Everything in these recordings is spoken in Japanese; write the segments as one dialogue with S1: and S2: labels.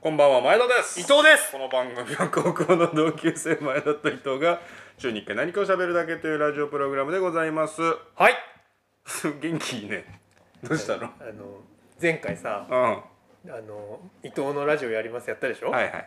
S1: こんばんは前田です
S2: 伊藤です
S1: この番組は高校の同級生前田と伊藤が週に1回何かを喋るだけというラジオプログラムでございます
S2: はい
S1: 元気いいねどうしたの
S2: あの前回さ
S1: うんは
S2: あの伊藤のラジオやりますやったでしょ、
S1: いはいはい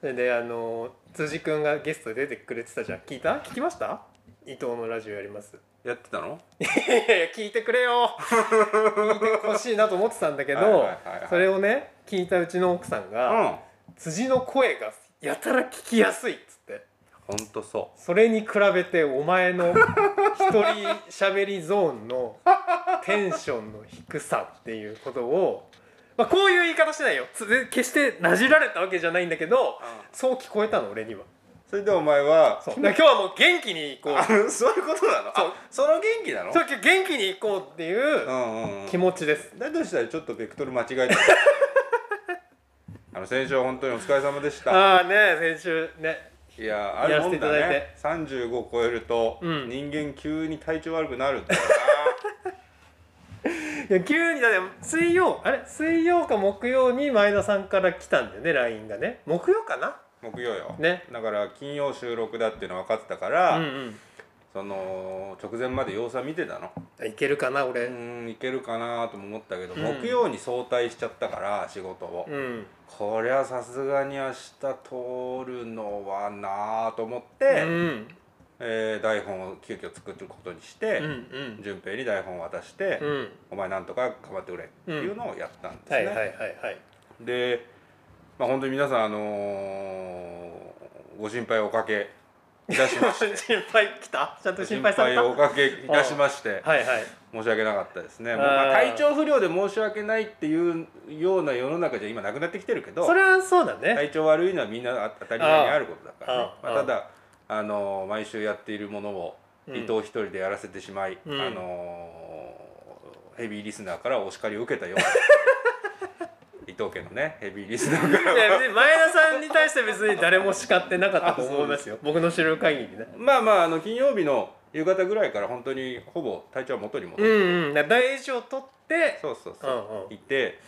S2: それであの辻君がゲストで出てくれてたじゃん聞いた聞きました伊藤のラジオやります
S1: やってたの
S2: いやいや聞いてくれよ聞いてほしいなと思ってたんだけど
S1: はいはいはいはい
S2: それをね聞いたうちの奥さん
S1: うん
S2: が、辻の声がやたら聞きやすいっつって
S1: ほんとそ
S2: それに比べてお前の一人喋りゾーンのテンションの低さっていうことを、まあ、こういう言い方してないよつ決してなじられたわけじゃないんだけど、
S1: う、
S2: そう聞こえたの俺には
S1: それでお前は
S2: そうだから今日はもう元気にいこう
S1: あそういうことなの
S2: そう
S1: あその元気なの
S2: そう今日元気にいこうっていううん
S1: うんうん
S2: 気持ちです、
S1: だとしたらちょっとベクトル間違え たあの先週は本当にお疲れ様でした
S2: ああね先週ね
S1: いやあるもんだ
S2: やら
S1: ね35超えると、
S2: うん
S1: 人間急に体調悪くなるんだよ
S2: いや急にだって水曜あれ水曜か木曜に前田さんから来たんだよね LINE がね木曜かな
S1: な木曜よ、
S2: ね
S1: だから金曜収録だっていうの分かってたから、
S2: うんうん
S1: その直前まで様子は見てたの
S2: あいけるかな俺
S1: うーんいけるかなとも思ったけど、
S2: うん
S1: 木曜に早退しちゃったから仕事を、
S2: うん
S1: こりゃさすがに明日通るのはなあと思って、
S2: うん
S1: えー台本を急遽作ることにして、
S2: うんうん
S1: 順平に台本を渡して、
S2: うん
S1: お前なんとか頑張ってくれっていうのをやったんですね、
S2: はいはいはいはい
S1: で、まあ、本当に皆さん、あのーご心配をおかけいたしまし て
S2: 心配きたちゃんと
S1: ご
S2: 心
S1: 心
S2: 配され
S1: 配
S2: た
S1: をおかけいたしまして
S2: はいはい
S1: 申し訳なかったですね
S2: あー
S1: もうまあ体調不良で申し訳ないっていうような世の中じゃ今なくなってきてるけど
S2: それはそうだね
S1: 体調悪いのはみんな当たり前にあることだからね
S2: あー
S1: まあ、
S2: あー
S1: ただ、あのー毎週やっているものを
S2: うん
S1: 伊藤一人でやらせてしまい、
S2: うん
S1: あのーヘビーリスナーからお叱りを受けたような 伊藤家のねヘビーリスナーから
S2: いや別に前田さんに対して別に誰も叱ってなかったと思いますよ僕の知る限りね
S1: まあまああの金曜日の夕方ぐらいから本当にほぼ体調は元に戻
S2: う
S1: って、
S2: んうん大事を取って
S1: そうそうそう、
S2: うんうん
S1: いて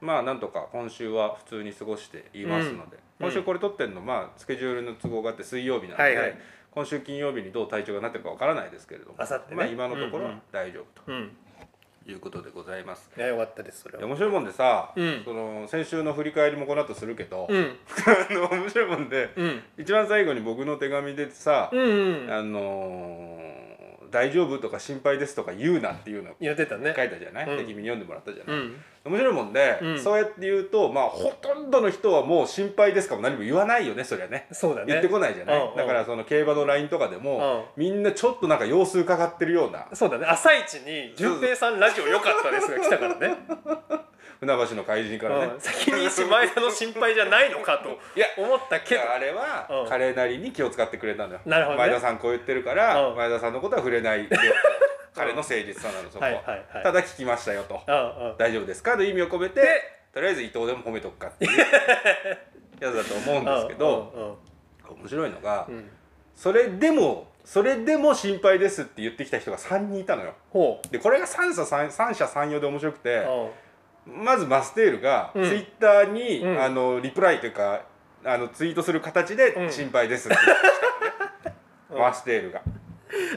S1: まあなんとか今週は普通に過ごしていますので、
S2: うん
S1: 今週これ撮ってるのまあスケジュールの都合があって水曜日なので、
S2: はいはい
S1: 今週金曜日にどう体調がなってるかわからないですけれども
S2: 明後日ね
S1: まあ、今のところ
S2: うんう
S1: は
S2: ん
S1: 大丈夫
S2: うん
S1: ということでございます。
S2: いやよかったですそれ
S1: いや
S2: は
S1: 面白いもんでさ、
S2: うん
S1: その先週の振り返りもこの後するけど、あ
S2: うん
S1: の面白いもんで、
S2: うん
S1: 一番最後に僕の手紙でさ、
S2: うんうん
S1: あのー大丈夫とか心配ですとか言うなっていうのを
S2: 言ってたね
S1: 書いたじゃない、
S2: うん
S1: で君に読んでもらったじゃ
S2: う
S1: ない、
S2: ん
S1: 面白いもんで、
S2: うん
S1: そうやって言うとまあほとんどの人はもう心配ですかも何も言わないよねそりゃね
S2: そうだね
S1: 言ってこないじゃない、
S2: うんうん
S1: だからその競馬の LINE とかでも、みんなちょっとなんか様子伺ってるような
S2: そうだね朝一
S1: そう
S2: に「純平さんラジオ良かったです」が来たからね
S1: 船橋の怪人からね、
S2: うん先にし前田の心配じゃないのかと
S1: いや
S2: 思ったけ
S1: け
S2: ど
S1: どあれは
S2: うん
S1: 彼なりに気を使ってくれたのよ、
S2: なるほどね
S1: 前田さんこう言ってるから、
S2: うん
S1: 前田さんのことは触れないで彼の誠実さなのそこは、
S2: はいはいはい
S1: ただ聞きましたよと、
S2: うんうん
S1: 大丈夫ですかの意味を込めてとりあえず伊藤でも褒めとくかっていう やつだと思うんですけど
S2: うんうん
S1: 面白いのが、
S2: うんうん
S1: それでもそれでも心配ですって言ってきた人が3人いたのよ
S2: ほう
S1: でこれが三者三三者三様で面白くて
S2: うん
S1: まずマステールがツイ
S2: うん
S1: ッターに、
S2: うん
S1: あのリプライというかあのツイートする形で
S2: うん
S1: 心配ですって言ってきたのね、
S2: うん
S1: マステールが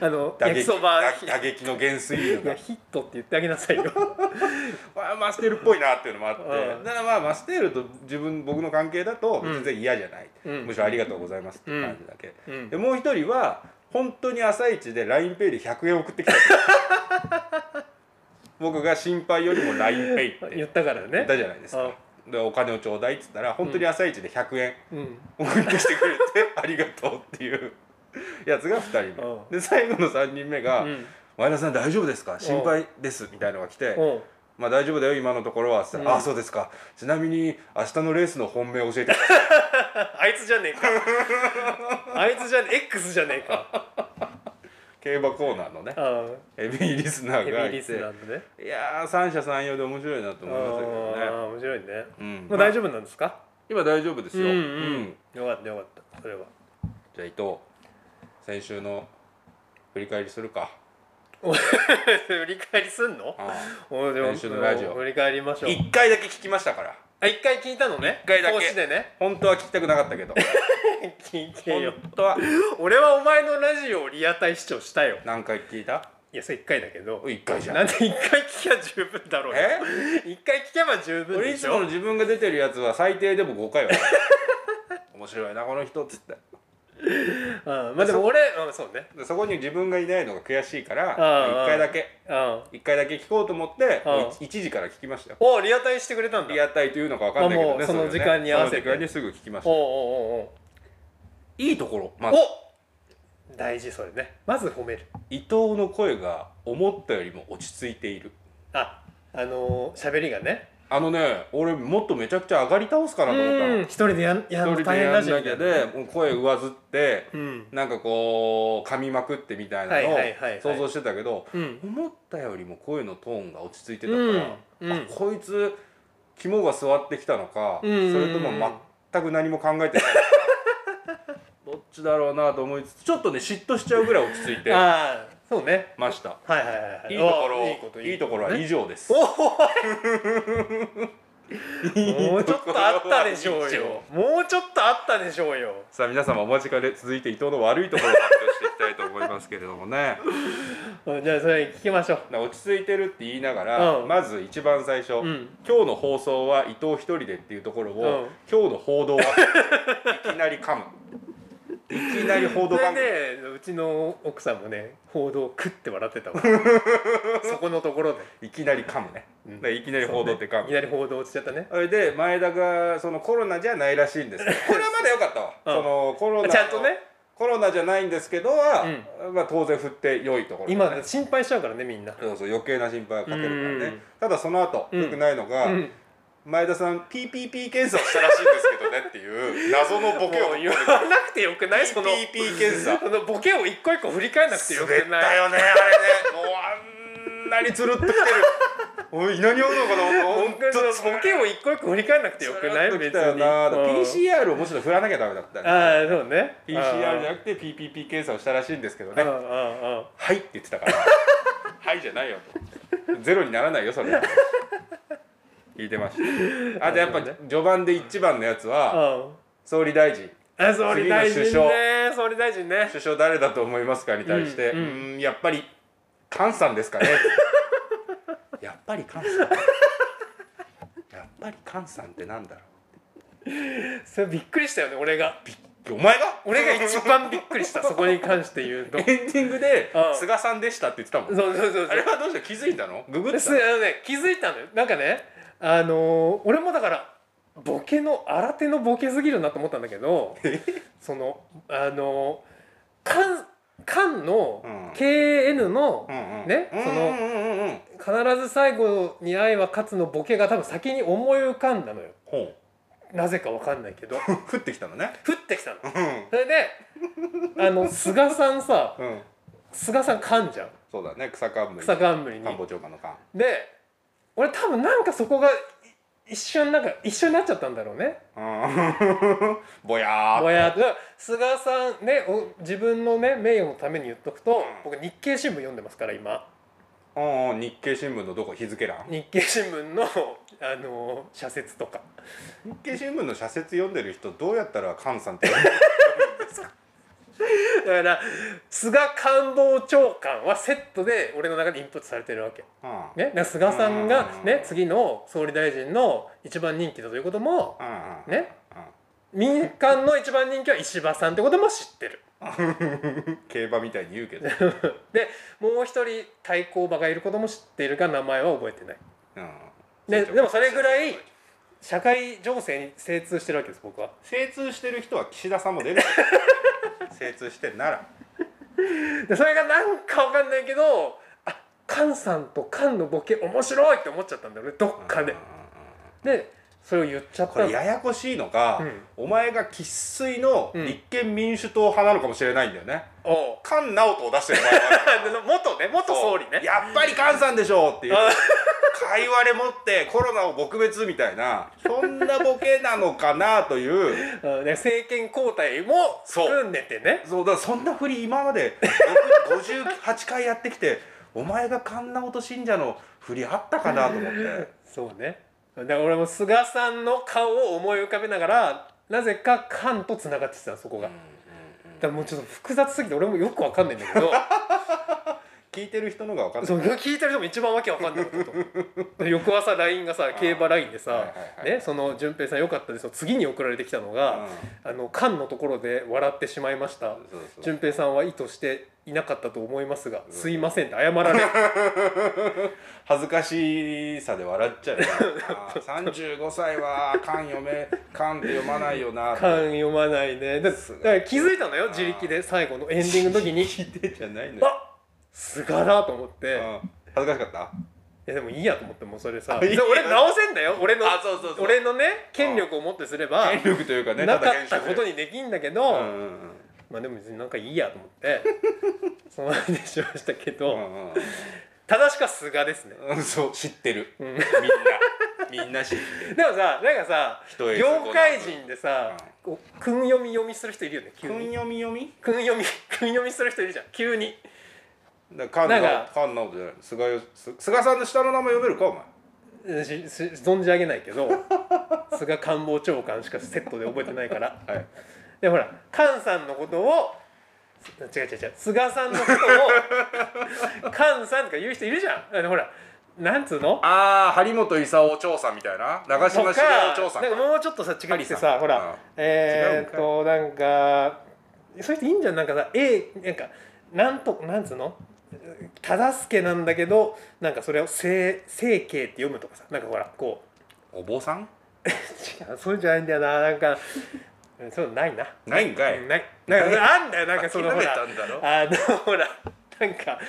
S2: あの
S1: 打
S2: 焼き
S1: 撃
S2: そば
S1: 打撃打撃の減衰
S2: い や
S1: が
S2: ヒットって言ってあげなさいよ
S1: まあマステルっぽいなっていうのもあって、
S2: うん
S1: だからまあマステルと自分僕の関係だと
S2: うん
S1: 全然嫌じゃない、
S2: うん
S1: むしろありがとうございますっていう感じだけ、
S2: うん
S1: でもう一人は本当に朝一で LINEPay で100円送ってきた 僕が心配よりも LINEPay って
S2: 言ったから
S1: 言
S2: ね
S1: ったじゃないですか、でお金をちょうだいっつったら本当に朝一で100円
S2: うん
S1: 送ってきてくれて ありがとうっていうやつが2人目、
S2: うん
S1: で最後の3人目が「
S2: うん
S1: 前田さん大丈夫ですか心配です」みたいのが来て、
S2: おう
S1: まあ大丈夫だよ今のところはっつったら、
S2: うん
S1: ああそうですかちなみに明日のレースの本命教えてください
S2: あいつじゃねえかあいつじゃねえ X じゃねえか
S1: 競馬コーナー のね
S2: う
S1: ヘ
S2: ん
S1: ビーリスナ
S2: ヘビ
S1: ーが
S2: ー
S1: い
S2: リス
S1: て
S2: ナーのね
S1: いやー三者三様で面白いなと
S2: あ
S1: 思いましたけどね、
S2: ー面白いね
S1: うん
S2: もう大丈夫なんですか
S1: 今大丈夫ですよ、
S2: うんうん
S1: うん
S2: よかったよかったそれは
S1: じゃあ伊藤先週の振り返りするか
S2: お振り返りすんの
S1: ああ
S2: お
S1: 先週のラジオ
S2: 振り返りましょう
S1: 一回だけ聞きましたから
S2: あ一回聞いたのね
S1: 一回だけ
S2: 投資でね
S1: 本当は聞きたくなかったけど
S2: 聞いてよ
S1: 本当は
S2: 俺はお前のラジオをリアタイ視聴したよ
S1: 何回聞いた
S2: いやそれ一回だけど
S1: 一回じゃん
S2: なんで一回聞けば十分だろうよ
S1: え
S2: 一回聞けば十分
S1: 俺
S2: で
S1: い
S2: し
S1: つもの
S2: ょ
S1: 自分が出てるやつは最低でも5回は 面白いなこの人っつって
S2: うんまあでも俺うんそうね
S1: でそこに自分がいないのが悔しいから
S2: ああ
S1: 1回だけ
S2: うん
S1: 1回だけ聞こうと思って
S2: ああ
S1: 1時から聞きましたよ
S2: おリアタイしてくれたんだ
S1: リアタイというのか分かんないけど
S2: あも
S1: ね
S2: うその
S1: れはね
S2: 時間に合わせて
S1: その時間にすぐ聞きました
S2: おうおうおう
S1: いいところま
S2: おう
S1: ず
S2: お大事それねまず褒める
S1: 伊藤の声が思ったよりも落ち着いている
S2: ああのー喋りがね
S1: あのね俺もっとめちゃくちゃ上がり倒すかなと思ったの
S2: 一人でやんや
S1: 一
S2: んの
S1: 人
S2: 大
S1: で
S2: 変
S1: や
S2: だ
S1: ん
S2: し
S1: なきゃでもう声上ずって
S2: うん
S1: なんかこう噛みまくってみたいなのを
S2: はいはいはいはい
S1: 想像してたけど
S2: うん
S1: 思ったよりも声のトーンが落ち着いてたか
S2: うん
S1: ら、
S2: うん
S1: あこいつ肝が座ってきたのか、
S2: うんうんうん
S1: それとも全く何も考え てないどっちだろうなと思いつつちょっとね嫉妬しちゃうぐらい落ち着いて
S2: ああそうね
S1: ました
S2: はいはいはいはい
S1: いいところ
S2: お
S1: いいところは以上です
S2: もうちょっとあったでしょうよもうちょっとあったでしょうよ
S1: さあ皆様お待ちかね続いて伊藤の悪いところを発表していきたいと思いますけれども ね
S2: うんじゃあそれ聞きましょう
S1: 落ち着いてるって言いながら、
S2: うん
S1: まず一番最初、
S2: ん
S1: 今日の放送は伊藤一人でっていうところを、
S2: うん
S1: 今日の報道はいきなり噛むいきなり報
S2: そ
S1: 道
S2: れ
S1: 番組
S2: でうちの奥さんもね報道をクッて笑って たわそこのところで
S1: いきなり噛むね、
S2: うん
S1: でいきなり報道って噛
S2: い
S1: む
S2: きなり報道落ちちゃったね
S1: それで前田がそのコロナじゃないらしいんですけど これはまだ良かったわ、
S2: うん
S1: そのコロナの
S2: ちゃんとね
S1: コロナじゃないんですけどは、まあ、当然振って良いところだね、
S2: 今心配しちゃうからねみんな
S1: そうそう余計な心配をかけるから
S2: うん
S1: ねただその後
S2: うん
S1: 良くないのが、
S2: うん
S1: 前田さん PPP 検査をしたらしいんですけどねっていう謎のボケを
S2: もう言わなくてよくないその
S1: PPP 検査
S2: そのボケを一個一個振り返らなくてよ
S1: 滑
S2: く
S1: っ
S2: な
S1: た
S2: い
S1: よねあれねもうあんなにつるっ ときてるおい何をうのかな
S2: 本
S1: 本
S2: 当にそ
S1: 当
S2: の
S1: に
S2: ボケを一個一個振り返らなくてよくない
S1: つるっとき
S2: 別に
S1: たよな
S2: うん
S1: PCR をもうちょっと振らなきゃダメだったね
S2: ああそうね
S1: PCR じゃ
S2: ゃ
S1: なくて PPP 検査をしたらしいんですけど
S2: う
S1: ね
S2: んうんうん
S1: はいって言ってたから はいじゃないよとゼロにならないよそれは聞いてましたあとやっぱ序盤で一番のやつは
S2: うん
S1: 総理大臣
S2: あ総理大臣
S1: 次の
S2: ね総理大臣ね
S1: 首相誰だと思いますかに対して、う
S2: う
S1: んん
S2: うん
S1: んやっぱり菅さんですかねやっぱり菅 さんやっぱり菅さんってなんだろ
S2: それびっくりしたよね俺が
S1: うお前が
S2: 俺が一番びっくり したそこに関して言うと
S1: エンディングで
S2: うん
S1: 菅さんでしたって言ってたもん
S2: そうそうそう
S1: あれはどうした気づいたのググっ
S2: で
S1: た
S2: すあのね気づいたのよなんかねあのー俺もだからボケの新手のボケすぎるなと思ったんだけどそのあのー缶缶の
S1: うん
S2: KN の
S1: うんうん
S2: ね
S1: うん
S2: そ
S1: うん
S2: の
S1: うんうんうん
S2: 必ず最後に愛は勝つのボケが多分先に思い浮かんだのよ
S1: ほ
S2: なぜかわかんないけ ど
S1: う降ってきたのね
S2: 降ってきたの
S1: うん
S2: それであの菅さんさ
S1: うん、
S2: 菅さん缶じゃん
S1: そうだね草冠
S2: 草冠に
S1: 官房長官の官
S2: で俺多分なんかそこがい一瞬なんか一緒になっちゃったんだろうね
S1: うん ぼやーっと
S2: ぼやっと菅さんねお自分のね名誉のために言っとくと僕日経新聞読んでますから今
S1: うんうん日経新聞のどこ日付欄
S2: 日経新聞の あの社説とか
S1: 日経新聞の社説読んでる人どうやったら菅さんって
S2: だから菅官房長官はセットで俺の中でインプットされてるわけ、
S1: うんうん
S2: ね、だから菅さんが
S1: うん
S2: ね次の総理大臣の一番人気だということも
S1: うん
S2: ね
S1: う
S2: 民間の一番人気は石破さんってことも知ってる
S1: ん競馬みたいに言うけど、
S2: でもう一人対抗馬がいることも知っているが名前は覚えてない
S1: うん、
S2: ででもそれぐらい社会情勢に精通してるわけです僕は
S1: 精通してる人は岸田さんも 出る精通してんなら
S2: でそれがなんかわかんないけどあ菅さんと菅のボケ面白いって思っちゃったんだよねどっかで
S1: うんうんうん
S2: でそれを言っちゃっ
S1: こ
S2: た
S1: れ
S2: の
S1: ややこしいのが、
S2: うん
S1: お前が生粋の立憲民主党派なのかもしれないんだよね、
S2: おう
S1: 菅直人を出してる場合はある
S2: あの元ね元 総理ね
S1: やっぱり菅さんでしょうっていう
S2: あ
S1: 会話でもってコロナを撲滅みたいなそんなボケなのかなという
S2: うんで政権交代も
S1: そう
S2: 組んでてね
S1: そうだからそんなふり今まで58回やってきてお前が菅直人信者のふりあったかなと思って
S2: そうねだから俺も菅さんの顔を思い浮かべながらなぜか菅とつながってたそこが、だからもうちょっと複雑すぎて俺もよくわかんないんだけ ど
S1: 聞いてる人のが分かんない
S2: そう聞いてる人も一番わけわかんないこと翌朝 LINE がさ競馬 LINE でさ、
S1: はいはいはい
S2: ね、その順平さんよかったですよ次に送られてきたのが、あの菅のところで笑ってしまいまし
S1: そ
S2: た
S1: うそう
S2: 順平さんは意図していなかったと思いますが、すいませんって謝られる
S1: 恥ずかしさで笑っちゃうよ あー35歳は「かん読め「かん」って読まないよな
S2: 勘読まない ねだだから気づいたのよ自力で最後のエンディングの時に
S1: 聞いてんじゃないのよ
S2: あ菅だと思って、い
S1: うん恥ずかしかった
S2: やでもいいやと思ってもうそれさ
S1: あいい
S2: で
S1: や
S2: 俺直せんだよ俺の
S1: あそうそうそう
S2: 俺のね権力を持ってすれば、
S1: 権力というかね
S2: なか
S1: だ
S2: ったこと
S1: に
S2: にできんだけ
S1: うん
S2: ど、
S1: うんうん
S2: まあでも別になんかいいやと思って その話しましたけど、
S1: うんうん
S2: 正しくは菅ですね
S1: うんそう知ってる、みんなみんな知ってる
S2: でもさなんかさ
S1: 一重そこ
S2: 業
S1: な
S2: 界人でさこう訓読み読みする人いるよね 急
S1: 訓
S2: に
S1: 読み読み
S2: 訓読み訓読みする人いるじゃん急に
S1: だから
S2: な
S1: 菅
S2: ん
S1: 直
S2: か
S1: 菅直人じゃない菅よす菅さんの下の名前読めるかお前
S2: うんしし存じ上げないけど 菅官房長官しかセットで覚えてないから
S1: はい
S2: でほら菅さんのことを違う違う違う菅さんのことを 菅さんとか言う人いるじゃんあのほらなんつうの
S1: ああ張本勲調査みたいな長
S2: と
S1: 嶋茂
S2: か
S1: 雄調査
S2: なんかもうちょっとさ違くて
S1: ハリーさ
S2: さ
S1: ん
S2: ほ
S1: うん
S2: らえー、っとなんかそういう人いいんじゃんなんかさ A なんかなんとなんつうの忠助なんだけどなんかそれを正正形って読むとかさなんかほらこう
S1: お坊さん
S2: 違うそうじゃないんだよななんかうんそうないな
S1: ないんかい
S2: ないなんかあんだよなんかそのほら
S1: 諦めたんだろ
S2: あのほらなんか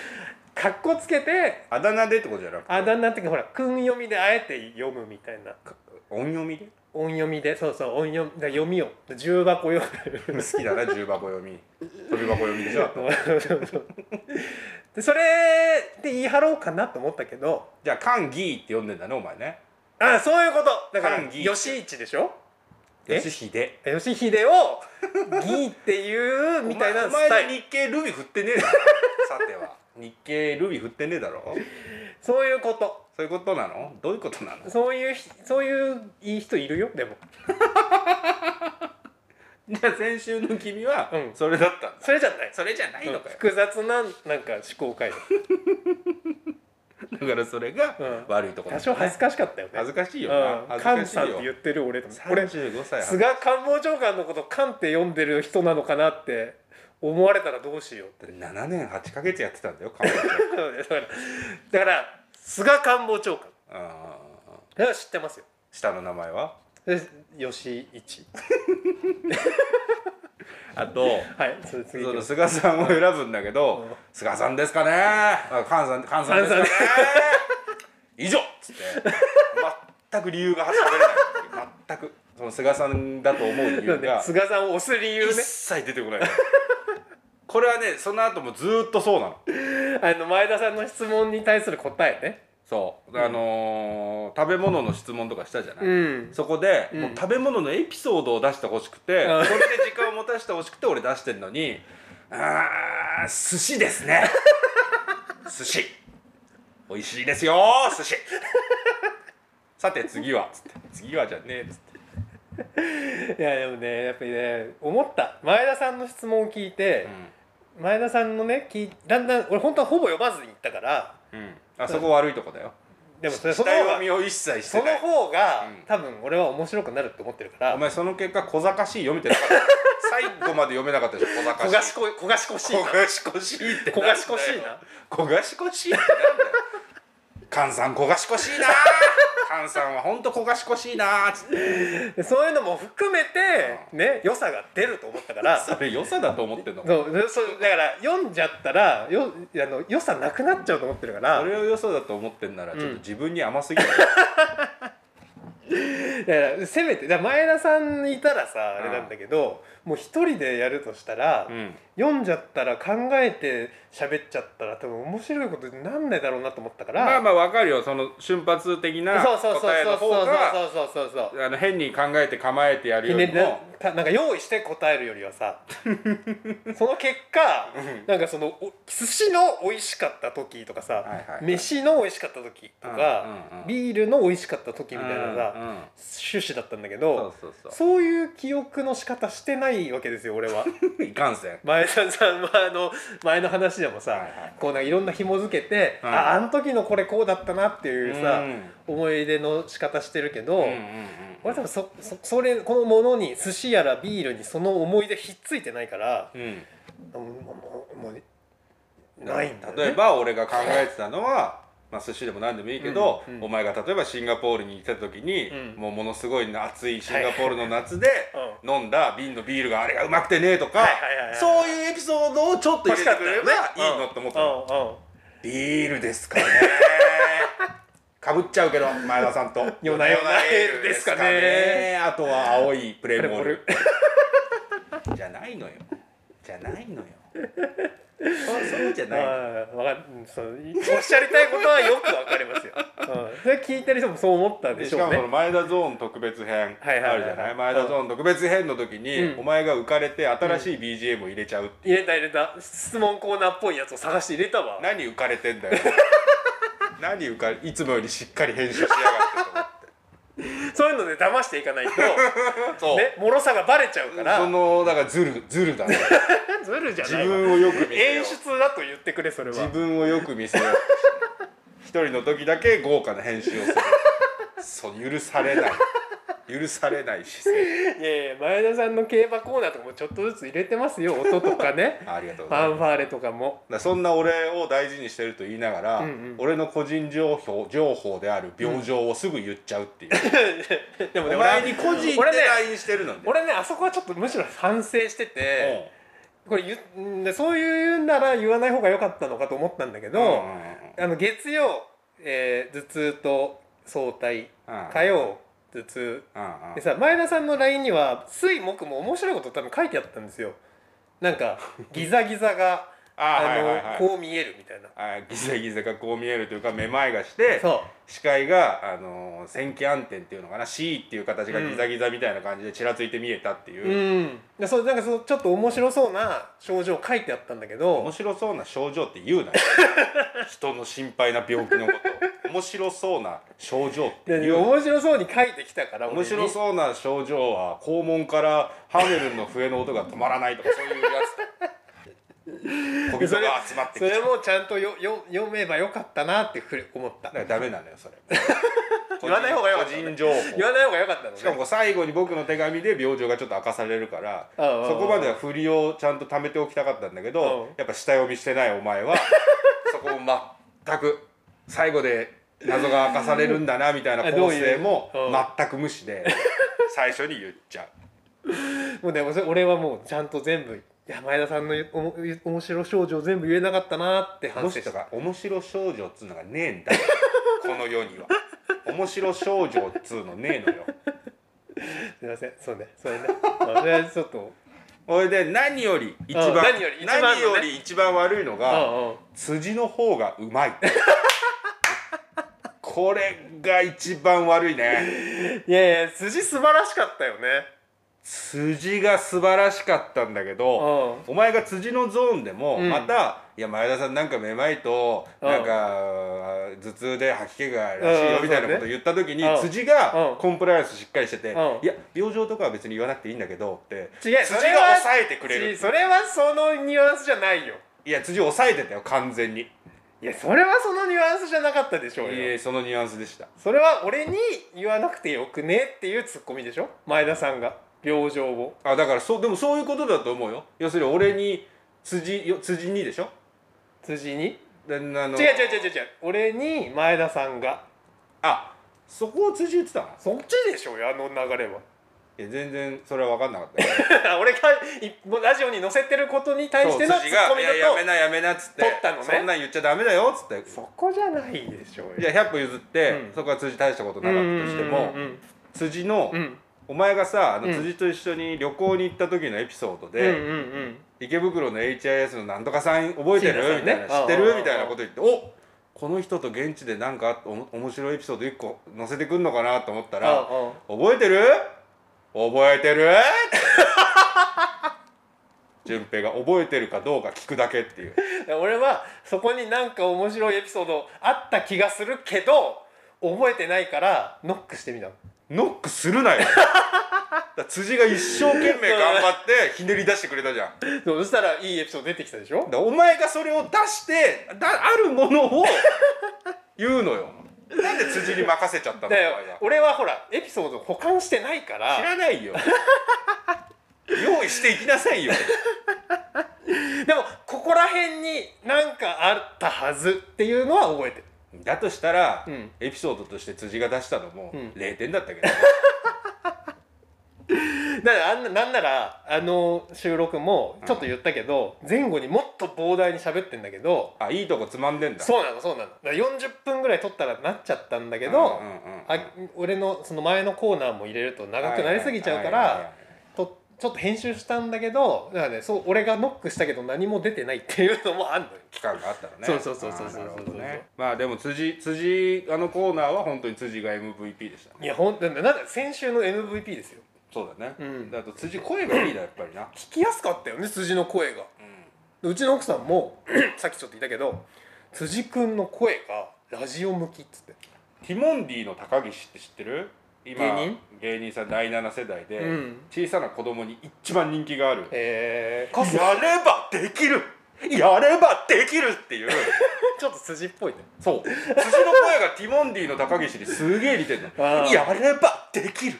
S2: かっこつけて
S1: あだ名でってことじゃなくて
S2: あだ名っていうかほら訓読みであえて読むみたいな
S1: 音読みで
S2: 音読みでそうそう音読みだから読みを重箱読
S1: 好きだ な重箱読み飛び箱読みでしょ
S2: むでそれで言い張ろうかなと思ったけど
S1: じゃあカンギーって呼んでんだねお前ね
S2: あそういうことだから
S1: 歓喜
S2: 吉一でしょえ
S1: 吉秀
S2: 吉秀を「義」っていうみたいな
S1: お
S2: スタ
S1: 前
S2: イ
S1: で
S2: ル
S1: 日経ルビ振ってねえだろ さては日経ルビ振ってねえだろ
S2: そういうこと
S1: そういうことなのどういうことなの
S2: そういうひそういういい人いるよでも
S1: じゃあ先週の君は
S2: うん
S1: それだったんだ、
S2: それじゃない
S1: それじゃないのかよ、
S2: 複雑ななんか思考回路
S1: だからそれが
S2: うん
S1: 悪いところだ
S2: 多
S1: ね、
S2: 少恥ずかしかったよね
S1: 恥ず
S2: か
S1: かしいよ
S2: う
S1: な、
S2: ん、
S1: 恥
S2: 菅
S1: ずか
S2: さ
S1: しい
S2: んって言
S1: よ
S2: ってる俺と俺
S1: 35歳恥ず
S2: 菅官房長官のこと菅って読んでる人なのかなって思われたらどうしようって
S1: 7年8ヶ月やってたんだよ彼女
S2: だからだから菅官房長官
S1: あ
S2: だから知ってますよ
S1: ー下の名前は
S2: で吉一
S1: あと
S2: はいそれ次
S1: そ
S2: 行き
S1: の
S2: ます
S1: 菅さんを選ぶんだけど、
S2: うん
S1: 菅さんですかねあ菅さん菅さんですかね
S2: 菅
S1: 以上っつって全く理由が喋れない全くその菅さんだと思う理
S2: そ
S1: 由
S2: うね
S1: が
S2: 菅さんを押す理由
S1: 一
S2: ね
S1: 切出てこないこれはねその後もずーっとそうなの
S2: あの前田さんの質問に対する答えね
S1: そう、あのー食べ物の質問とかしたじゃない、
S2: うん
S1: そこで、
S2: うん
S1: もう食べ物のエピソードを出してほしくて、
S2: うん
S1: それで時間を持たせてほしくて俺出してんのにあー寿司です ね寿司美味しいですよ寿司さて次はつって次はじゃねえつって
S2: いやでもねやっぱりね思った前田さんの質問を聞いて、前田さんのね聞いだんだん俺本当はほぼ読まずに行ったから
S1: うん、うん、あそこ悪いとこだよ
S2: でもそれ
S1: 下
S2: その方
S1: 読
S2: が
S1: みを一切し
S2: そ
S1: てな
S2: の
S1: い
S2: 方
S1: う
S2: が、
S1: ん
S2: 多分俺は面白くなると思ってるか
S1: お
S2: ら
S1: 前その結果小賢しい読めてなかった 最後まで読めなかったでしょ小
S2: 焦
S1: 賢
S2: が
S1: しい
S2: しこ焦がしこしい
S1: 焦がしこしいって
S2: 焦がしこしいな
S1: 焦がしこしいってなんだよ菅さん焦がしこしいな菅さんはほんと焦がしこしいなつって
S2: でそういうのも含めて、ね良さが出ると思ったからそ
S1: それ良さだと思ってんのそう
S2: そうだから読んじゃったらよあの良さなくなっちゃうと思ってるから
S1: れを良さだと思ってんならちょっと自分に甘すぎる、
S2: だからせめてだから前田さんいたらさあれなんだけど、もう一人でやるとしたら、
S1: うん
S2: 読んじゃったら考えて喋っちゃったら多分面白いことになんないだろうなと思ったから、
S1: まあまあわかるよその瞬発的な
S2: そうそうそう
S1: 答え
S2: そ
S1: の
S2: うそ
S1: 方
S2: うそう
S1: が
S2: そうそうそう
S1: あの変に考えて構えてやる
S2: ひ
S1: よ
S2: ね
S1: り
S2: り
S1: も
S2: たなんか用意して答えるより はさその結果
S1: うん
S2: なんかそのお寿司の美味しかった時とかさ、
S1: はいはいはい
S2: 飯の美味しかった時とか、
S1: うんうんうん
S2: ビールの美味しかった時みたいな
S1: う
S2: さ、
S1: んうん
S2: 趣旨だったんだけ
S1: そう
S2: ど
S1: そうそ
S2: そういう記憶の仕方してないわけですよ俺は
S1: う いかんせん
S2: 前田さん、まあ、あの前の話でもさ、
S1: はいはい
S2: こうなんかいろんな紐付けて、
S1: はい
S2: ああの時のこれこうだったなっていうさ、
S1: うん
S2: 思い出の仕方してるけど、
S1: うんうんうん
S2: 俺多分そそそれこのものに寿司やらビールにその思い出ひっついてないから
S1: うん
S2: もうもうもうないんだよね
S1: 例えば俺が考えてたのは、まあ、寿司でも何でもいいけど、
S2: うんうん
S1: お前が例えばシンガポールに行った時に、
S2: うん
S1: もうものすごい暑いシンガポールの夏で
S2: はい
S1: 飲んだ瓶のビールがあれがうまくてねとか、
S2: はいはいはいはい
S1: そういうエピソードをちょっと入れてくれれば
S2: 欲しかったよね
S1: いいのって思ったの、
S2: うんうん
S1: ビールですかねかぶっちゃうけど前田さんと
S2: 夜な夜なエールですかね
S1: 夜な夜なエールですかねあとは青いプレモル じゃないのよじゃないのよそそうじゃ
S2: ま
S1: ないの
S2: あわかるうんそういおっしゃりたいことはよくわかりますよ、うん、それ聞いてる人もそう思ったんで
S1: で
S2: し
S1: し
S2: ょ
S1: か
S2: う
S1: も
S2: ね
S1: その前田ゾーン特別編あ
S2: はい
S1: る
S2: はいはい
S1: じゃない前田ゾーン特別編の時に、
S2: うん
S1: お前が浮かれて新しい BGM を入れちゃう、
S2: 入れた入れた質問コーナーっぽいやつを探して入れたわ
S1: 何浮かれてん だよ何浮かれいつもよりしっかり編集しやがってと思って
S2: そういうので騙していか ないと
S1: そう、
S2: ねもろさがバレちゃうから
S1: そのだからズルズルだ ね
S2: ずるじゃ
S1: 自
S2: ないわ
S1: 分をよく見せよ
S2: 演
S1: う
S2: 出だと言ってくれそれは
S1: 自分をよく見せよう一人の時だけ豪華な編集をするそう許されない許されない姿勢
S2: いやいや前田さんの競馬コーナーとかもちょっとずつ入れてますよ音とかね
S1: ありがとう
S2: フ
S1: ございます
S2: ァンファーレとかも
S1: だからそんな俺を大事にしてると言いながら、
S2: うんうん
S1: 俺の個人情報情報である病状をすぐ言っちゃう っていう、
S2: でもね
S1: お
S2: 俺は
S1: 前に個人で
S2: 俺ね
S1: LINE してるのね
S2: 俺ねあそこはちょっとむしろ反省してて、
S1: ね
S2: これ言うんでそういうんなら言わない方が良かったのかと思ったんだけど、あの月曜、えー頭痛と早退
S1: うん
S2: 火曜頭痛
S1: うんうん
S2: でさ前田さんの LINE には水木も面白いこと多分書いてあったんですよなん かギザギザが
S1: あ
S2: あ
S1: ー
S2: の、
S1: はいはいはい
S2: こう見えるみたいな
S1: あーギザギザがこう見えるというかめまいがして
S2: そう
S1: 視界が、あのー線気暗転っていうのかな C っていう形がギザギザみたいな感じでちらついて見えたっていう、
S2: うん、でそうなんかそうちょっと面白そうな症状書いてあったんだけ
S1: 面
S2: ど
S1: 白そうな症状って言う なよ人の心配な病気のこと面白そうな症状って
S2: で
S1: 言うな
S2: 面白そうに書いてきたから
S1: 面白
S2: う
S1: そうな症状は肛門からハメルンの笛の音が止まらないとかそういうやつ小人が集まって
S2: そ
S1: きて
S2: れもちゃんとよよ読めばよかったなってふれ思った
S1: だからダメなのよそれ
S2: 言わない方がよかった
S1: 個人情報
S2: 言わない方がよかったのね
S1: しかもこう最後に僕の手紙で病状がちょっと明かされるから
S2: うんうん
S1: そこまでは振りをちゃんと貯めておきたかったんだけ
S2: う
S1: ど
S2: ん
S1: やっぱ下読みしてないお前 はそこも全く最後で謎が明かされるんだなみたいな構成も
S2: あどういう
S1: 全く無視で最初に言っちゃう。
S2: もうでもそれ俺はもうちゃんと全部いや前田さんのおも面白症状全部言えなかったなって
S1: こ
S2: 反
S1: の
S2: 省し
S1: 人
S2: た
S1: が面白少女っつうのがねえんだ よこの世には面白少女っつうのねえのよ
S2: すいませんそうねそれねまあそれはちょっと
S1: それで何より一番
S2: うん何より一番のね
S1: 何より一番悪いの
S2: う
S1: が
S2: んうん
S1: 辻の方がうまいこれが一番悪いね
S2: いやいや辻素晴らしかったよね
S1: 辻が素晴らしかったんだけど、
S2: う
S1: お
S2: ん
S1: 前が辻のゾーンでも
S2: うん
S1: また「いや前田さんなんかめまいと
S2: うん
S1: なんか頭痛で吐き気があるらしいよ
S2: う」ん
S1: みたいなこと言った時に
S2: そうねうん
S1: 辻
S2: う
S1: が
S2: ん
S1: コンプライアンスしっかりしてて
S2: うん
S1: 「いや病状とかは別に言わなくていいんだけど」って
S2: 違
S1: 辻
S2: う
S1: が
S2: それは
S1: 抑えてくれる
S2: 辻それはそのニュアンスじゃないよ
S1: いや辻抑えてたよ完全にい
S2: いやそれはそのニュアンスじゃなかったでしょうよ
S1: えそのニュアンスでした
S2: それは俺に言わなくてよくねっていうツッコミでしょ前田さんが病状を
S1: あだからそうでもそういうことだと思うよ要するに俺に辻よ辻にでしょ
S2: 辻に
S1: であの
S2: 違う違う違う違う違う俺に前田さんが
S1: あそこを辻言ってたの
S2: そっちでしょうよあの流れは
S1: いや全然それは分かんなかったよ
S2: 俺がいもうラジオに載せてることに対してのツ
S1: そう
S2: ッ
S1: 辻が
S2: コミだ
S1: いややめ
S2: と
S1: なやめなっつって
S2: 取ったのね
S1: そんなん言っちゃダメだよっつって
S2: そこじゃないでしょうよ
S1: じゃあ100歩譲って、
S2: うん
S1: そこは辻大したことなかったとしても
S2: うんうん
S1: 辻の、
S2: うんうん
S1: お前がさあの
S2: うん
S1: 辻と一緒に旅行に行った時のエピソードで、
S2: うんうんうん
S1: 池袋の HIS のなんとかさん覚えてる、
S2: 椎名さん
S1: み
S2: ね
S1: たいな知って
S2: うんうんう
S1: る
S2: ん
S1: みたいなこと言っておこの人と現地でなんかあったおも面白いエピソード1個載せてくんのかなと思ったら
S2: うんうん
S1: 「覚えてる覚えてる?」順平が覚えてるかどうか聞くだけっていう
S2: 俺はそこになんか面白いエピソードあった気がするけど覚えてないからノックしてみたの
S1: ノックする なよだから辻が一生懸命頑張ってひねり出してくれたじゃんだか
S2: そうそしたらいいエピソード出てきたでしょ
S1: らお前がそれを出してだあるものを言うのよなんで辻に任せちゃったのお
S2: だ
S1: 前
S2: よ
S1: は
S2: 俺はほらエピソード保管してないか
S1: 知
S2: ら
S1: らないよ用意していきなさいよ
S2: でもここら辺になんかあったはずっていうのは覚えてる
S1: だとしたら、
S2: うん
S1: エピソードとして辻が出したのも
S2: うん
S1: 0点だったけど、
S2: だからあんななんならあの収録もちょっと言ったけど、前後にもっと膨大に喋ってんだけど
S1: あいいとこつまんでんだ
S2: そうなのそうなのだから40分ぐらい撮ったらなっちゃったんだけ
S1: け
S2: ど、あ俺のその前のコーナーも入れると長くなりすぎちゃうからとちょっと編集したんだけどだから、ね、そう俺がノックしたけど何も出てないっていうのもあんのよ。
S1: 期間があったらね
S2: そうそうそうそうそう
S1: あーなるほど
S2: そうそうそう
S1: ねまあでも辻辻あのコーナーは本当に辻が MVP でしたね
S2: いやほんなんだ先週の MVP ですよ
S1: そうだね、
S2: うん
S1: だと辻声がいいだやっぱりな、
S2: 聞きやすかったよね辻の声がうちの奥さんも さっきちょっと言ったけど辻君の声がラジオ向きっつって
S1: ティモンディの高岸って知ってる今
S2: 芸人
S1: 芸人さん第7世代で、
S2: うん
S1: 小さな子供に一番人気がある
S2: えー、
S1: や
S2: かす
S1: ればできるやればできるっていう
S2: ちょっと辻っぽいね
S1: そう辻の声がティモンディの高岸にすげえ似てる
S2: あ
S1: の
S2: ー
S1: やればできる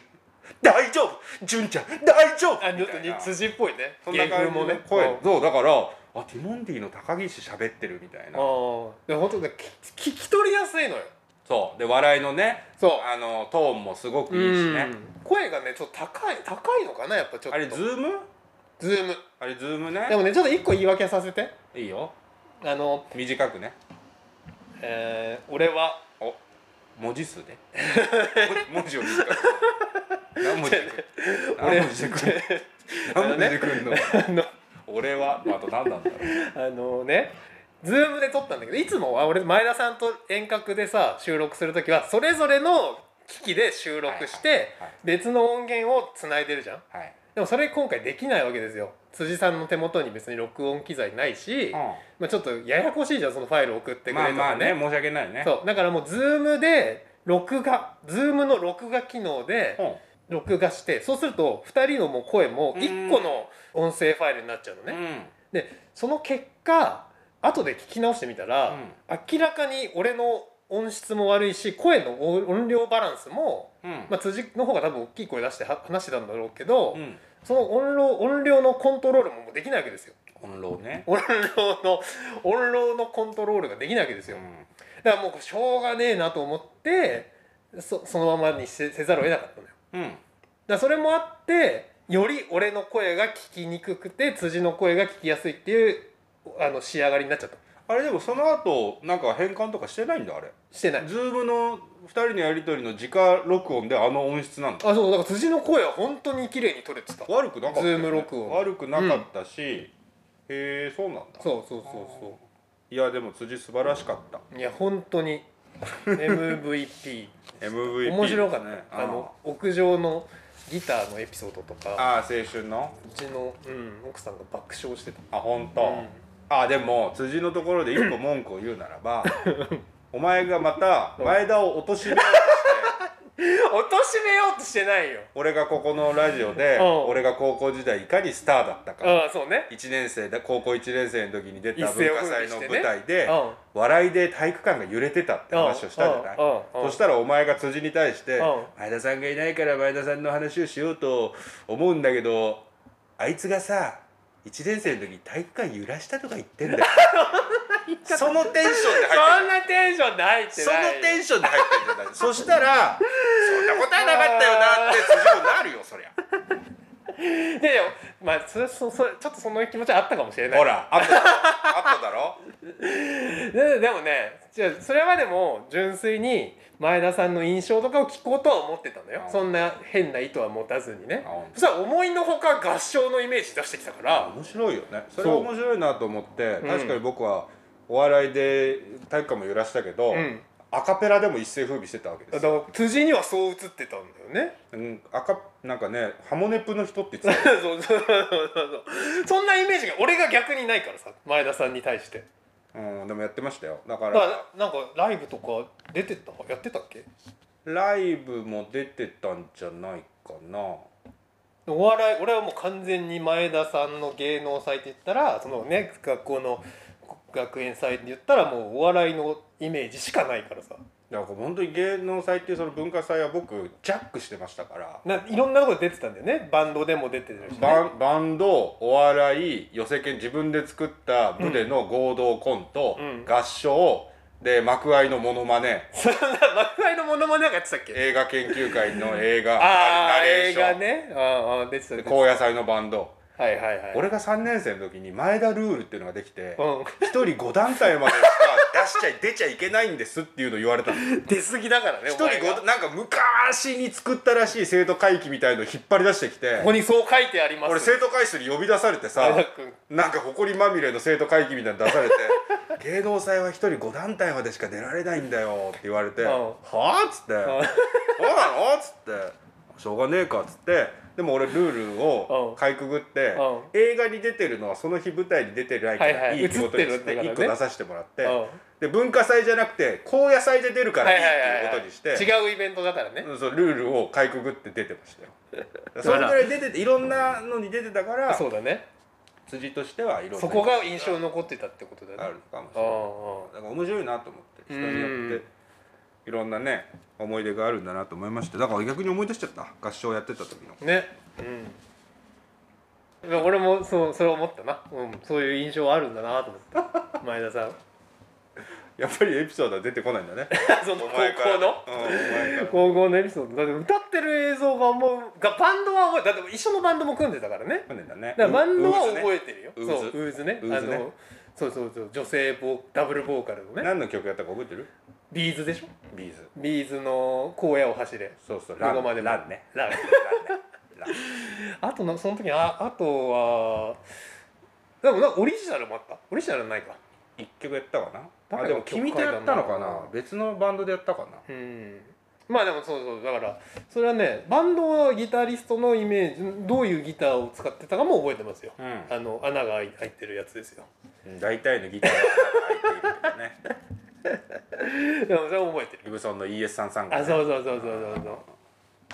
S1: 大丈夫純ちゃん大丈夫
S2: あちょ
S1: み
S2: ったと
S1: いな
S2: に辻っぽいね
S1: そんな感じ
S2: 芸風
S1: の
S2: もね
S1: 声、
S2: うん
S1: そうだからあティモンディの高岸喋ってるみたいな
S2: ああで本当ね聞聞き取りやすいのよ
S1: そうで笑いのね
S2: そう
S1: あのトーンもすごくいいしね
S2: 声がねちょっと高い高いのかなやっぱちょっと
S1: あれズーム
S2: ズーム
S1: あれズームね
S2: でもねちょっと一個言い訳させて
S1: いいよ
S2: あの、
S1: 短くね
S2: えー俺は
S1: お文字数で文文字を短く何文字でく
S2: 俺
S1: 何文字でくる何文字でくるの
S2: あの
S1: 俺はあと何なんだろう
S2: あのねズームで撮ったんだけどいつもは俺前田さんと遠隔でさ収録する時はそれぞれの機器で収録して、
S1: はいはいはい
S2: 別の音源をつないでるじゃん
S1: はい、
S2: でもそれ今回できないわけですよ辻さんの手元に別に録音機材ないし、
S1: う
S2: まあ、ちょっとややこしいじゃんそのファイル送って
S1: ん、
S2: く
S1: まあ
S2: れと
S1: ま
S2: か
S1: あね申し訳ないね
S2: そうだからもう Zoom で録画 Zoom の録画機能で
S1: うん
S2: 録画してそうすると2人のもう声も
S1: うん
S2: 1個の音声ファイルになっちゃうの
S1: う
S2: ね、
S1: ん
S2: でその結果後で聞き直してみたら、明らかに俺の音質も悪いし声の音量バランスも、
S1: うん
S2: まあ、辻の方が多分大きい声出しては話してたんだろうけど、
S1: うん
S2: その音量音量のコントロールももうできないわけですよ
S1: 音浪ね、
S2: 音量の音量のコントロールができないわけです
S1: う
S2: よ、
S1: ん、
S2: だからもうしょうがねえなと思ってそそのままにせせざるを得なかったのよ
S1: うん、
S2: だからそれもあってより俺の声が聞きにくくて辻の声が聞きやすいっていうあの仕上がりになっちゃった
S1: あれでもその後なんか変換とかしてないんだあれ
S2: してないあ
S1: ズームの2人のやり取りの直録音であの音質なんだ
S2: そうだから辻の声は本当に綺麗に取れてたそう
S1: 悪くなかったよ、ね、
S2: ズーム録音
S1: 悪くなかったし、へえそうなんだ
S2: そうそうそ
S1: いやでも辻素晴らしかった
S2: ういや本当に MVP
S1: MVP
S2: 面白かった、
S1: ね
S2: あの屋上のギターのエピソードとか
S1: ああ青春の
S2: うちの、うん、奥さんが爆笑してた
S1: あ本当、
S2: うん
S1: ああでも辻のところで一個文句を言うなら ばお前がまた前田を貶としめようとして
S2: 貶としめようとしてないよ
S1: 俺がここのラジオで
S2: うん
S1: 俺が高校時代いかにスターだったか
S2: ああそうね
S1: 1年生だ高校1年生の時に出た
S2: 一世
S1: 文
S2: を
S1: 化
S2: 風
S1: 祭
S2: 靡し
S1: の
S2: てね
S1: 舞台で、
S2: うん
S1: 笑いで体育館が揺れてたって話をしたじゃない、
S2: うんうんうん
S1: そしたらお前が辻に対して、
S2: うん
S1: 前田さんがいないから前田さんの話をしようと思うんだけどあいつがさ1年生の時に体育館揺らしたとか言ってんだよ そのテンションで入ってる
S2: そんなテンションで入って
S1: そ
S2: ない
S1: の
S2: よ
S1: テンションで入って るんじゃないそしたらそんなことはなかったよなって辻もなるよそりゃ
S2: ででもまあそ そそちょっとその気持ちはあったかもしれない
S1: ほらあっただろあっただろ
S2: ででもねじゃあそれはでも純粋に前田さんの印象とかを聞こうとは思ってたんだよ
S1: うん
S2: そんな変な意図は持たずにね
S1: うん
S2: そしたら思いのほか合唱のイメージ出してきたから
S1: 面白いよねそれは
S2: そう
S1: 面白いなと思って
S2: ん
S1: 確かに僕はお笑いで体育館も揺らしたけど、
S2: うん
S1: アカペラでも一世風靡してたわけで
S2: だ
S1: す
S2: か
S1: よ、
S2: ら辻にはそう映ってたんだよね
S1: うん、アカなんかねハモネプの人って言ってた
S2: そうそうそうそうそんなイメージが俺が逆にないからさ前田さんに対して
S1: うん、でもやってましたよだか
S2: だ
S1: ら
S2: からなんかライブとか出てたやってたっけ
S1: ライブも出てたんじゃないかな
S2: お笑い俺はもう完全に前田さんの芸能祭って言ったらそのね学校の学園祭って言ったらもうお笑いのイメージしかないから
S1: だ
S2: さ
S1: から本当に芸能祭っていうその文化祭は僕ジャックしてましたから
S2: ないろんなとこで出てたんだよねバンドでも出てるし、ね、
S1: バンバンドお笑い寄せ犬自分で作った部での合同コント、
S2: うん
S1: 合唱で幕間のモノマネ
S2: そんな幕開のモノマネなんかやってたっけ
S1: 映画研究会の映画
S2: ああ
S1: ナレー
S2: 映
S1: ション
S2: 画ねああ出てた
S1: で
S2: 出て
S1: 高野菜のバンド、
S2: たはいはいはい
S1: 俺が3年生の時に前田ルールっていうのができて
S2: う
S1: 一人5団体までしか出しちゃい出ちゃいけないんですっていうの言われたの
S2: ん 出過ぎだからね
S1: 一
S2: お前
S1: 人
S2: が
S1: ごなんか昔に作ったらしい生徒会議みたいの引っ張り出してきて
S2: ここにそう書いてあります
S1: 俺生徒会室に呼び出されてさ
S2: 前田君
S1: なんか埃まみれの生徒会議みたいなの出されて「 芸能祭は一人5団体までしか出られないんだよ」って言われて「
S2: うん
S1: はあ?」っつって「そうなの?」っつって「しょうがねえか」っつってでも俺ルール
S2: う
S1: を
S2: ん
S1: かいくぐって
S2: うん
S1: 映画に出てるのはその日舞台に出てる間か
S2: はい
S1: ら
S2: はい
S1: いい気持ちに
S2: 映
S1: して
S2: ってるんだからね
S1: 1個出させてもらって
S2: うん
S1: で文化祭じゃなくて高野祭で出るからいいっていうことにして。
S2: 違うイベントだからね
S1: うんそうルールをかいくぐって出てました よそれぐらい出てていろんなのに出てたから
S2: そうだね
S1: 辻としてはいろんな
S2: そこが印象に残ってたってことだね
S1: あるのかもし
S2: あ
S1: れない
S2: あ
S1: だから面白いなと思って人に
S2: う
S1: よっ
S2: ん
S1: ていろんなね思い出があるんだなと思いましただから逆に思い出しちゃった合唱やってた時の
S2: ねうんでも俺もそうそれ思ったな、うん、そういう印象あるんだなと思った 前田さん
S1: やっぱりエピソードは出てこないんだね
S2: その
S1: お
S2: 高
S1: 前から
S2: 校の
S1: うんお前から
S2: 高校のエピソードだって歌ってる映像がもうがバンドは覚えだって一緒のバンドも組んでたからね
S1: 去年だね
S2: だからバンドは
S1: ううずね
S2: 覚えてるよ、
S1: ううず
S2: そうウーズね
S1: うう
S2: あ
S1: ずね
S2: のそうそうそう女性ボーダブルボーカルのね
S1: 何の曲やったか覚えてる
S2: ビーズでしょ
S1: ビーズ
S2: ビーズの「荒野を走れ」
S1: そうそう
S2: ど
S1: ラ
S2: こ
S1: ン
S2: までも
S1: ランね
S2: ラン
S1: ランね
S2: あとなその時ああとはでもなオリジナルもあったオリジナルないか
S1: ラン一曲やったかなあ
S2: 誰
S1: で
S2: が
S1: も君とやったのかな別のバンドでやったかな
S2: うんまあでもそうそうだからそれはねバンドはギタリストのイメージどういうギターを使ってたかも覚えてますよ
S1: う
S2: あの穴が開い開いてるやつですよ
S1: ん、大体のギターが入っているけどね
S2: でもそれは覚えてる
S1: ギブソンの ES335 ね
S2: あそうそうそうそうそうそう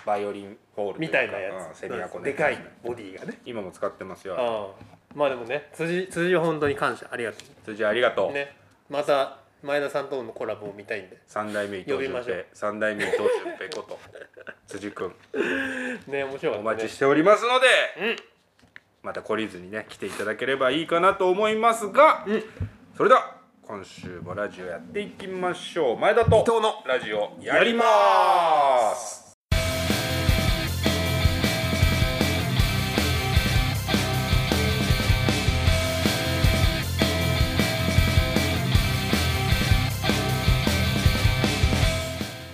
S1: バイオリンホールとう
S2: み
S1: か
S2: たいなや
S1: うん
S2: つ
S1: セミアコね
S2: でかいボディがね
S1: 今も使ってますよ
S2: ああまあでもね辻辻は本当に感謝ありがと
S1: 辻ありがと
S2: う
S1: う、
S2: ねまた前田さんとのコラボを見たいんで
S1: 三代目伊藤
S2: 呼びま
S1: 純平
S2: しょう
S1: 三代目伊藤純平こと辻君
S2: ね面白か
S1: お
S2: った、ね、
S1: 待ちしておりますので、
S2: うん
S1: また懲りずにね来ていただければいいかなと思いますが、
S2: うん
S1: それでは今週もラジオやっていきましょう前田と伊
S2: 藤の
S1: ラジオやります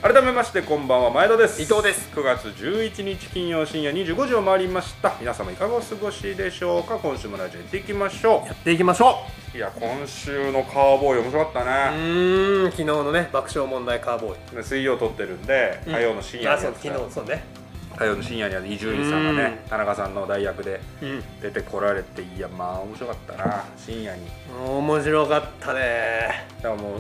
S1: 改めましてこんばんは前田です
S2: 伊藤です
S1: 9月11日金曜深夜25時を回りました皆様いかがお過ごしでしょうか今週もラジオ行っていきましょ
S2: やっていきましょ
S1: ういや今週のカーボーイ面白かった
S2: うう
S1: ね、
S2: ーん昨日のね爆笑問題カーボーイ
S1: ね水曜撮ってるんで火曜の深夜
S2: あ
S1: に
S2: そ
S1: やっ
S2: う
S1: て
S2: 昨
S1: た
S2: 日そうね
S1: 火曜の深夜には伊集院さんがね
S2: う
S1: 田中さんの代役で
S2: うん
S1: 出てこられていやまあ面白かったな深夜に
S2: 面白かったね
S1: だからもう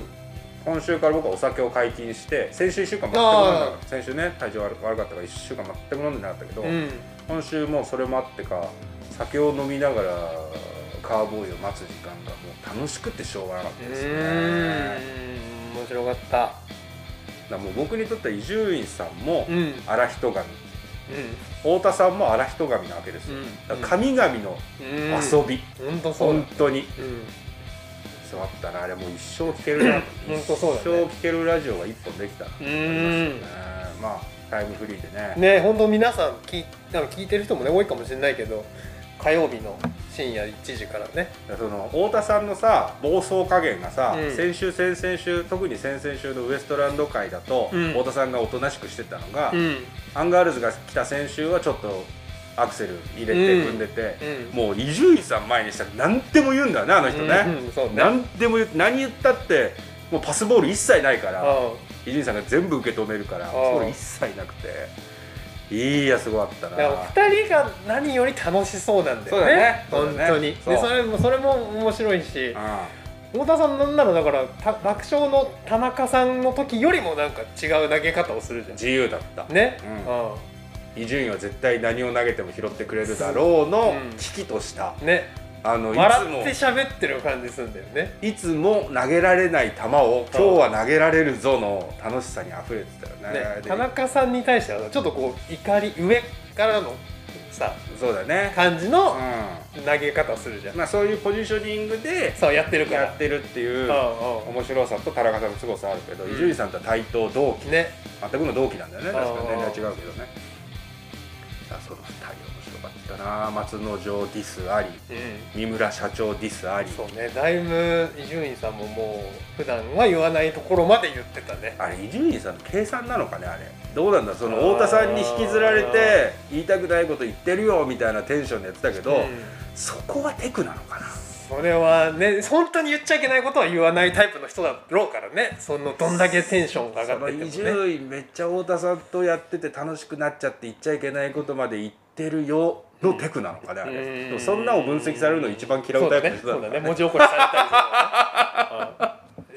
S1: 今週から僕はお酒を解禁して先週1週間全く飲んでなかった先週ね体調悪悪かったから1週間全く飲んでなかったけど、
S2: うん
S1: 今週もうそれもあってか酒を飲みながらカーボーイを待つ時間がもう楽しくてしょうがなかっ
S2: う
S1: たですね
S2: ーん面白かった
S1: だからもう僕にとっては伊集院さんも
S2: うんうん
S1: 荒人神太田さんも荒人神なわけですよ、だから神々の
S2: うん
S1: 遊び、
S2: 本当そうだ
S1: 本当に
S2: うん
S1: そうだったなあれもう一生聞けるな
S2: 本当そうだ
S1: 一生
S2: ね
S1: 聞けるラジオが一本できたなと思いましたねまあタイムフリーでね
S2: ね本当皆さん聞いなんか聞いてる人もね多いかもしれないけど火曜日の深夜1時からね
S1: その太田さんのさ暴走加減がさ、
S2: うん
S1: 先週先々週特に先々週のウエストランド会だと、
S2: うん
S1: 太田さんがおとなしくしてたのが、
S2: ん
S1: アンガールズが来た先週はちょっとアクセル入れて
S2: うん
S1: 踏んでて、
S2: うん
S1: もう伊集院さん前にしたら何でも言うんだよねあの人ね、
S2: うんうんそうね
S1: 何でも言う何言ったってもうパスボール一切ないから
S2: あ
S1: 伊集院さんが全部受け止めるからそれ一切なくていいやすごかったな
S2: だから二人が何より楽しそうなんだ
S1: そう
S2: よ
S1: だね
S2: ね
S1: そうだ
S2: 本
S1: ね
S2: 当に
S1: そう
S2: でそれもそれも面白いし
S1: うん
S2: 太田さんなんならだからた爆笑の田中さんの時よりもなんか違う投げ方をするじゃ
S1: 自由だった
S2: んね、
S1: う伊集院は絶対何を投げても拾ってくれるだろうの
S2: うん
S1: 危機とした、
S2: うんね
S1: あのいつ
S2: 笑
S1: も
S2: って喋ってる感じするんだよね
S1: いつも投げられない球を今日は投げられるぞの楽しさに溢れてたよね
S2: ね
S1: で
S2: 田中さんに対してはちょっとこう怒り上からのさ
S1: そうだね、
S2: 感じ
S1: う
S2: の
S1: ん
S2: 投げ方するじゃん、
S1: まあ、そういうポジショニングで
S2: そうやってるから
S1: やってるっていう
S2: うん
S1: 面白さと田中さんの凄さあるけど
S2: うん
S1: 伊集院さんとは対等同期
S2: うんね
S1: 全くの同期なんだよね確か
S2: あー
S1: 年代違うけどねさあその2人面白かったな松之丞ディスあり
S2: うん
S1: 三村社長ディスあり
S2: そうねだいぶ伊集院さんももう普段は言わないところまで言ってたね
S1: あれ伊集院さんの計算なのかねあれどうなんだその太田さんに引きずられて言いたくないこと言ってるよみたいなテンションでやってたけど、
S2: うん
S1: そこはテクなのかな
S2: それはね本当に言っちゃいけないことは言わないタイプの人だろうからねそのどんだけテンションが上
S1: そ
S2: が
S1: の
S2: って
S1: 伊
S2: てもね
S1: 集院めっちゃ太田さんとやってて楽しくなっちゃって言っちゃいけないことまで言ってるよのテクなのかねあれ、
S2: うん
S1: でもそんなを分析されるの一番嫌
S2: そうう
S1: タ
S2: だ
S1: イプの
S2: ね
S1: 人だか
S2: そうだ
S1: ら
S2: ね文字起こりされたりするのね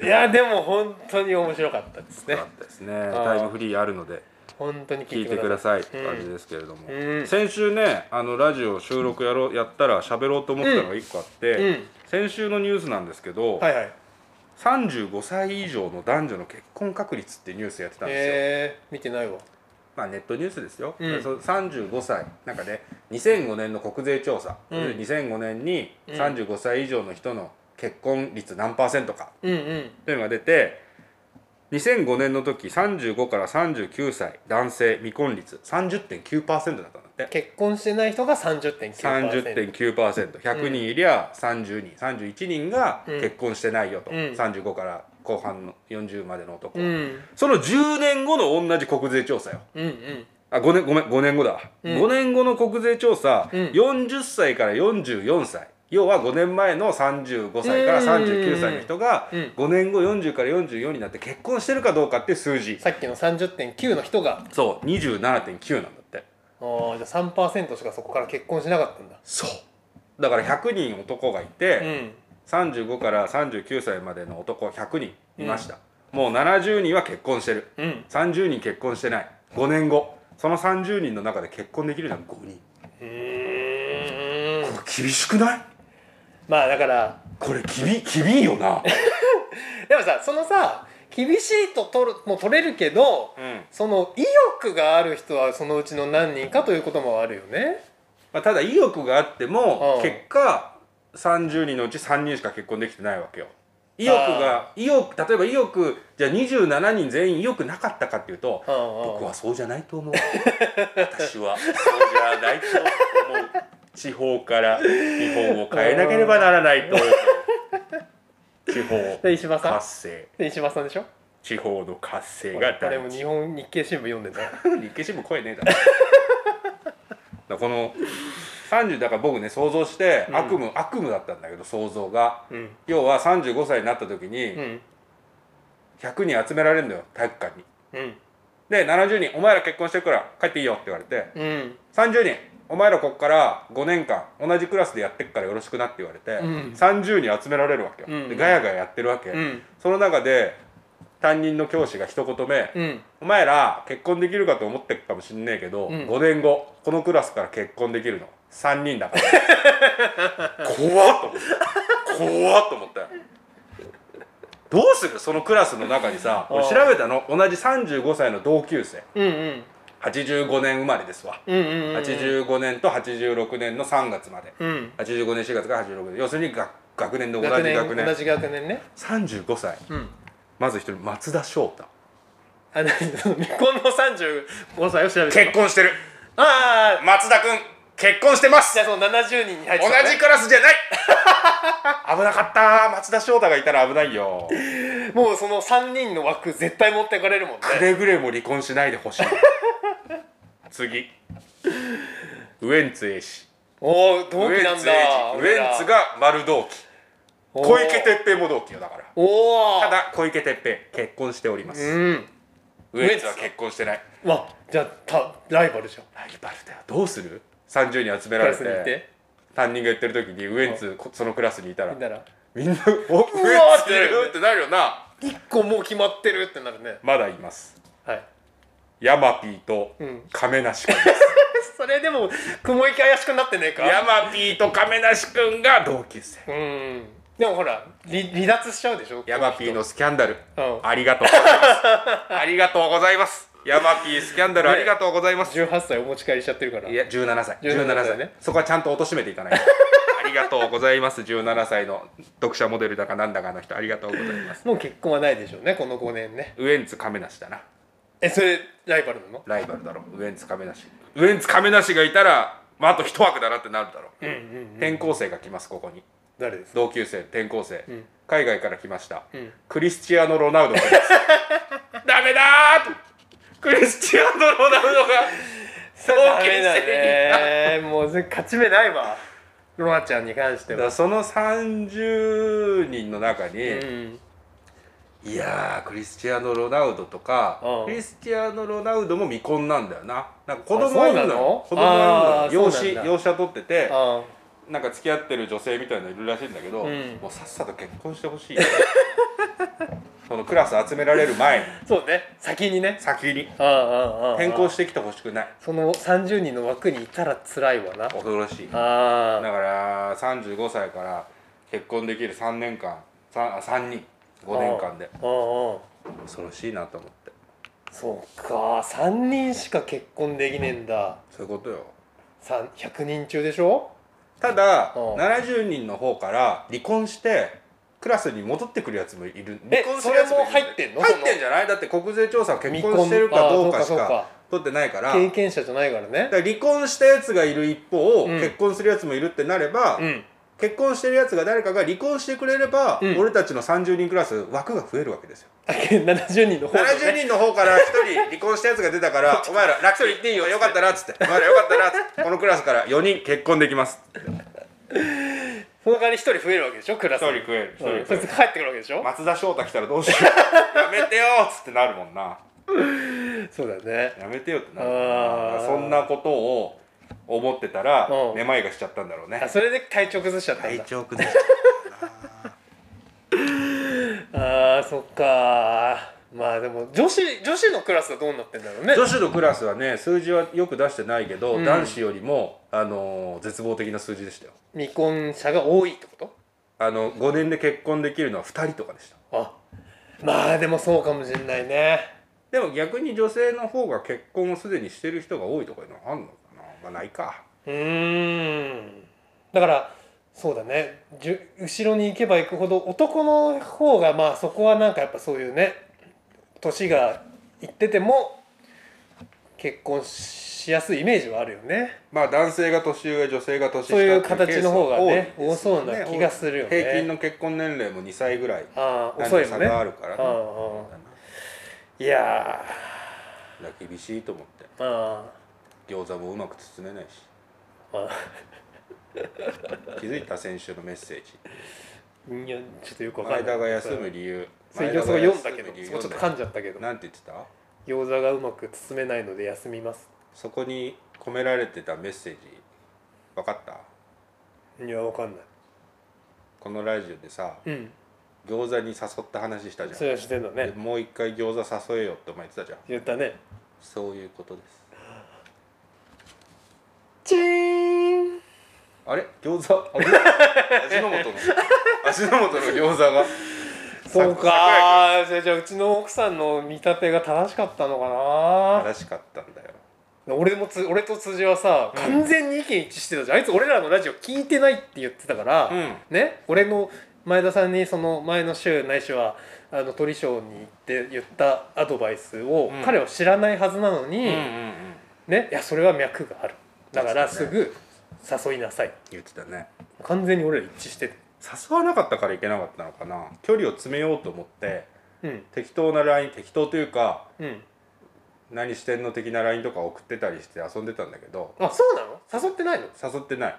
S2: うんいやでも本当に面白かったですね
S1: よかったですねタイムフリーあるので
S2: 本当に聞
S1: 聞
S2: い
S1: い
S2: て
S1: て
S2: く
S1: く
S2: だ
S1: だ
S2: さ
S1: さいって感じですけれども、
S2: うん
S1: 先週ねあのラジオ収録やろうやったら喋ろうと思ったのが1個あって、
S2: うんうん
S1: 先週のニュースなんですけど、
S2: いはいはい
S1: 35歳以上の男女の結婚確率っていうニュースやってたんですよ、
S2: えー、見てないわ
S1: まあ、ネットニュースですよ、
S2: うん
S1: そ35歳なんかね2005年の国税調査、
S2: うん
S1: 2005年に
S2: うん
S1: 35歳以上の人の結婚率何パーセントか
S2: うんうん
S1: というのが出て2005年の時35から39歳男性未婚率30.9%だったんだって
S2: 結婚してない人が30.9%
S1: 30.9%100 人いりゃ30人31人が
S2: うん
S1: 結婚してないよと、
S2: うん
S1: 35から後半の40までの男、
S2: うん
S1: その10年後の同じ国税調査よ
S2: うんうん
S1: あ5年ごめん5年後だわ、
S2: うん
S1: 5年後の国税調査、
S2: うん
S1: 40歳から44歳要は5年前の35歳から39歳の人が
S2: うん
S1: 5年後40から44になって結婚してるかどうかっていう数字
S2: さっきの30.9の人が
S1: そう27.9なんだって
S2: あーじゃあ3%しかそこから結婚しなかったんだ
S1: そうだから100人男がいて、
S2: うん
S1: 35から39歳までの男100人いました、もう70人は結婚してる
S2: うん
S1: 30人結婚してない5年後その30人の中で結婚できるのは5人
S2: うーん
S1: これ厳しくない
S2: まあだから
S1: これきびきびいよな、
S2: でもさそのさ厳しいと取るも取れるけどその意欲がある人はそのうちの何人かということもあるよね
S1: まあ、ただ意欲があっても
S2: うん
S1: 結果30人のうち3人しか結婚できてないわけよ意欲が意欲例えば意欲じゃあ27人全員意欲なかったかっていうと
S2: うんうん
S1: 僕はそうじゃないと 思う私はそうじゃないと思う地方から日本を変えなければならないと思う地方
S2: で石破さん
S1: 活性
S2: で石破さんでしょ
S1: 地方の活性が
S2: あ
S1: 大
S2: れも
S1: 事
S2: 日本日経新聞読んでた
S1: 日経新聞声ねえだろだからこの30だから僕ね想像して
S2: うん
S1: 悪夢、悪夢だったんだけど想像が
S2: うん
S1: 要は35歳になった時に
S2: うん
S1: 100人集められるんだよ体育館に
S2: うん
S1: で70人「お前ら結婚してるから帰っていいよ」って言われて
S2: うん
S1: 30人「お前らこっから5年間同じクラスでやってくからよろしくな」って言われて、
S2: うん
S1: 30人集められるわけよ、
S2: うん
S1: でガヤガヤやってるわけ、
S2: うん
S1: その中で担任の教師が一言目、
S2: うん
S1: お前ら結婚できるかと思ってるかもしんねえけど、
S2: うん
S1: 5年後このクラスから結婚できるの3人だから 怖っと思った怖っと思ったよどうするそのクラスの中にさ俺調べたの同じ35歳の同級生
S2: うんうん
S1: 85年生まれですわ、
S2: うんうんうん
S1: 85年と86年の3月まで
S2: うん
S1: 85年4月から86年要するに学学年で同じ
S2: 学
S1: 学年
S2: 年同じ学年ね
S1: 35歳
S2: うん
S1: まず一人松田翔太
S2: あ何その未婚の35歳を調べて
S1: 結婚してる
S2: ああ
S1: 松田君結婚してます
S2: じゃあその70人に入って
S1: 同
S2: たね
S1: じクラスじゃない 危なかった松田翔太がいたら危ないよ
S2: もうその3人の枠絶対持ってかれるもんね
S1: くれぐれも離婚しないでほ しい次ウエンツ A 氏
S2: おお同
S1: ウエ
S2: 期な
S1: ン
S2: ん
S1: ツ A
S2: だ
S1: 氏ウエンツが丸同期
S2: おー
S1: 小池徹平も同期よだから
S2: おお
S1: ただ小池徹平結婚しておりま
S2: う
S1: す
S2: ん
S1: ウエンツは結婚してない
S2: わじゃあたライバルじゃん
S1: ライバルだよどうする30人集められ
S2: クラスに
S1: て
S2: いて
S1: 担任が言ってる時にウエンツこそのクラスにいたら
S2: みんなら
S1: みんな「おウエンツ出る!」ってなるよな
S2: 一個もう決まってるってなるね
S1: まだいます
S2: はい
S1: ヤマピーと
S2: うん
S1: 亀梨君
S2: それでも雲行き怪しくなって ねえか
S1: ヤマピーと亀梨君が同級生
S2: うんでもほら離離脱しちゃうでしょ
S1: ヤマピーのスキャンダル
S2: うん
S1: ありがとうござい ますありがとうございますヤマピースキャンダルありがとうございます
S2: 18歳お持ち帰りしちゃってるから
S1: いや17歳
S2: 17
S1: 17歳
S2: 歳
S1: ね
S2: ね
S1: そこはちゃんと貶めていか ないとありがとうございます17歳の読者モデルだかなんだかの人ありがとうございます
S2: もう結婚はないでしょうねこの5年ね
S1: ウエンツ亀梨だな
S2: えそれライバルなの
S1: ライバルだろウエンツ亀梨ウエンツ亀梨がいたら、まあ、あと一枠だなってなるだろう,、転校生が来ますここに
S2: 誰です
S1: 同級生転校生、海外から来ました、
S2: ん
S1: クリスチアーノ・ロナウ ドがいますダメだーとクリスチアーノ・ロナウドが
S2: そう
S1: 同
S2: だ
S1: 級生に
S2: ね もうそれ勝ち目ないわロナちゃんに関して
S1: だから
S2: は
S1: その30人の中に、
S2: うん
S1: いやークリスチアーノ・ロナウドとか、
S2: うん
S1: クリスチアーノ・ロナウドも未婚なんだよななんか子
S2: あ
S1: 供
S2: そう
S1: がい
S2: な
S1: る
S2: の
S1: のよ子供がいるのよ養
S2: あーそう
S1: 子
S2: なんだ
S1: 養子は取ってて
S2: あ
S1: なんか付き合ってる女性みたいなのいるらしいんだけど、
S2: うん
S1: もうさっさと結婚してほしいよ そのクラス集められる前に
S2: あそうね先にね
S1: 先に
S2: ああああああ
S1: 転校してきてほしくない
S2: その30人の枠にいたら辛いわな
S1: 恐ろしいだか
S2: ああ
S1: ら35歳から結婚できる3年間 3, あ3人5年間で
S2: ああああ
S1: 恐ろしいなと思って
S2: そうか3人しか結婚できねえんだ
S1: そういうことよ
S2: さん100人中でしょ
S1: ただ
S2: うん
S1: 70人の方から離婚してクラスに戻ってくるやつもいる離
S2: え
S1: 婚するやつもいる
S2: それも入ってんの
S1: 入ってんじゃないだって国税調査は結婚してるかどうかし
S2: 未婚あそうかそう
S1: か
S2: か
S1: 取ってないから
S2: 経験者じゃないからね
S1: だから離婚したやつがいる一方、
S2: うん
S1: 結婚するやつもいるってなれば、
S2: うん
S1: 結婚してるやつが誰かが離婚してくれれば、
S2: うん
S1: 俺たちの30人クラス枠が増えるわけですよ、
S2: あけ70人の方で
S1: 70
S2: ね
S1: 人の方から1人離婚したやつが出たから「 お前ら楽勝言っていいよよかったな」っつ って「お前らよかったな」っつって「このクラスから4人結婚できます」
S2: その代わり1人増えるわけでしょクラスに
S1: 一人増える一人増える
S2: うんそいつ帰ってくるわけでしょ、
S1: 松田翔太来たらどうしよ うやめてよっつってなるもんな
S2: そうだね
S1: やめてよってなる
S2: あー
S1: だからそんなことを思ってたら
S2: うん
S1: めまいがしちゃったんだろうね
S2: あそれで体調崩しちゃったんだ
S1: 調崩し
S2: あーそっかまあでも女子女子のクラスはどうなってんだ ろうね
S1: 女子のクラスはね数字はよく出してないけど、
S2: うん
S1: 男子よりも、あのー絶望的な数字でしたよ
S2: 未婚者が多いってこと
S1: あの5年で結婚できるのは2人とかでした
S2: あまあでもそうかもしれないね
S1: でも逆に女性の方が結婚をすでにしてる人が多いとかいうのはあんのかな、まあ、ないか
S2: うーんだからそうだねじゅ後ろに行けば行くほど男の方がまあそこはなんかやっぱそういうね年がいってても結婚しやすいイメージはあるよね
S1: まあ男性が年上女性が年下
S2: そういう
S1: ってケース
S2: 形の方がね
S1: 多いですよ
S2: 多そうな気がするよね
S1: 平均の結婚年齢も2歳ぐらい
S2: ああ
S1: 男
S2: 遅
S1: 女
S2: い
S1: 差
S2: もね
S1: があるからね
S2: あああ
S1: だ
S2: あいや
S1: から厳しいと思って
S2: ーあ
S1: 餃子もうまく包めないし
S2: あああ
S1: 気づいた先週のメッセージ
S2: いやちょっとよくわかんない
S1: 前田が休む理由
S2: それ
S1: 前田が
S2: 予想読んだけ
S1: 休
S2: ど
S1: む理由
S2: そこちょっ
S1: 読
S2: と噛
S1: んだ
S2: んじゃったけど
S1: なんて言ってた
S2: 餃子がうまく包めないので休みます
S1: そこに込められてたメッセージ分かった
S2: いやわかんない
S1: このラジオでさ
S2: うん
S1: 餃子に誘った話したじゃん
S2: それはしてんだね
S1: でもう一回餃子誘えよってお前言ってたじゃん
S2: 言ったね
S1: そういうことです
S2: チーン
S1: あれ餃子あれ 味の素の 味の素の餃子が
S2: そうかじゃあじゃあうちの奥さんの見立てが正しかったのか
S1: 正しかったんだよ
S2: な俺もつ俺と辻はさ
S1: うん
S2: 完全に意見一致してたじゃん、あいつ俺らのラジオ聞いてないって言ってたから、
S1: うん
S2: ね俺の前田さんにその前の週ないしはあの鳥ショーに行って言ったアドバイスを、
S1: うん
S2: 彼は知らないはずなのに、
S1: うんうんうん
S2: ねいやそれは脈があるだから
S1: そ
S2: す
S1: うだ
S2: ぐ誘いなさい
S1: 言ってたね
S2: 完全に俺ら一致してて
S1: 誘わなかったからいけなかったのかな距離を詰めようと思って
S2: うん
S1: 適当な LINE 適当というか
S2: うん
S1: 何してんの的な LINE とか送ってたりして遊んでたんだけど
S2: あそうなの誘ってないの
S1: 誘ってない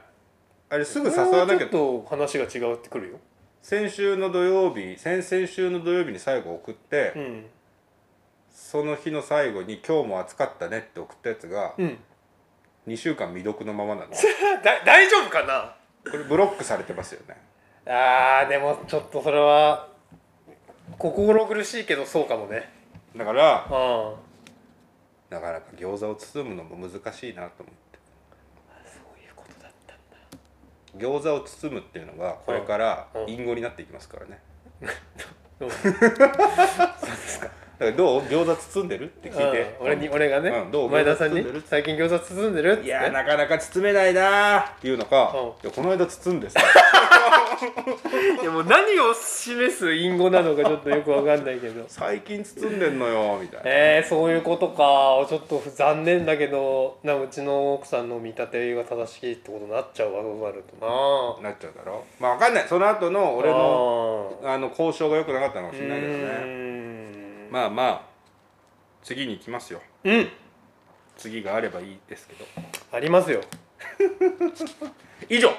S1: あれすぐ誘わなきゃ
S2: これはちょっと話が違うってくるよ
S1: 先週の土曜日先々週の土曜日に最後送って、
S2: うん
S1: その日の最後に「今日も暑かったね」って送ったやつが
S2: うん
S1: 2週間未読のままなの
S2: だ大丈夫かな
S1: これブロックされてますよね
S2: あーでもちょっとそれは心苦しいけどそうかもね
S1: だから
S2: うん
S1: なかなか餃子を包むのも難しいなと思って
S2: そういうことだったんだ
S1: 餃子を包むっていうのがこれから
S2: うん
S1: 隠語になっていきますから ね
S2: うん
S1: だからどう餃子包んでるって聞いて
S2: うん俺に俺がね、
S1: うんどう
S2: 前田さん
S1: 餃
S2: に
S1: 子包んでる
S2: 最近餃子包んでるっつって
S1: いやーなかなか包めないなーっていうのか、
S2: うん
S1: いやこの間包んでさ
S2: いやもう何を示す隠語なのかちょっとよくわかんないけど
S1: 最近包んでんのよみたいな
S2: えー、そういうことかちょっと残念だけどなうちの奥さんの見立てが正しいってことになっちゃうわそうなると
S1: なっちゃうだろまあわかんないその後の
S2: な
S1: 俺の
S2: の
S1: あの交渉が良くなかったのかもしれないけどね
S2: ま
S1: まあまあ次に行きますよ
S2: うん
S1: 次があればいいですけど
S2: ありますよ
S1: 以上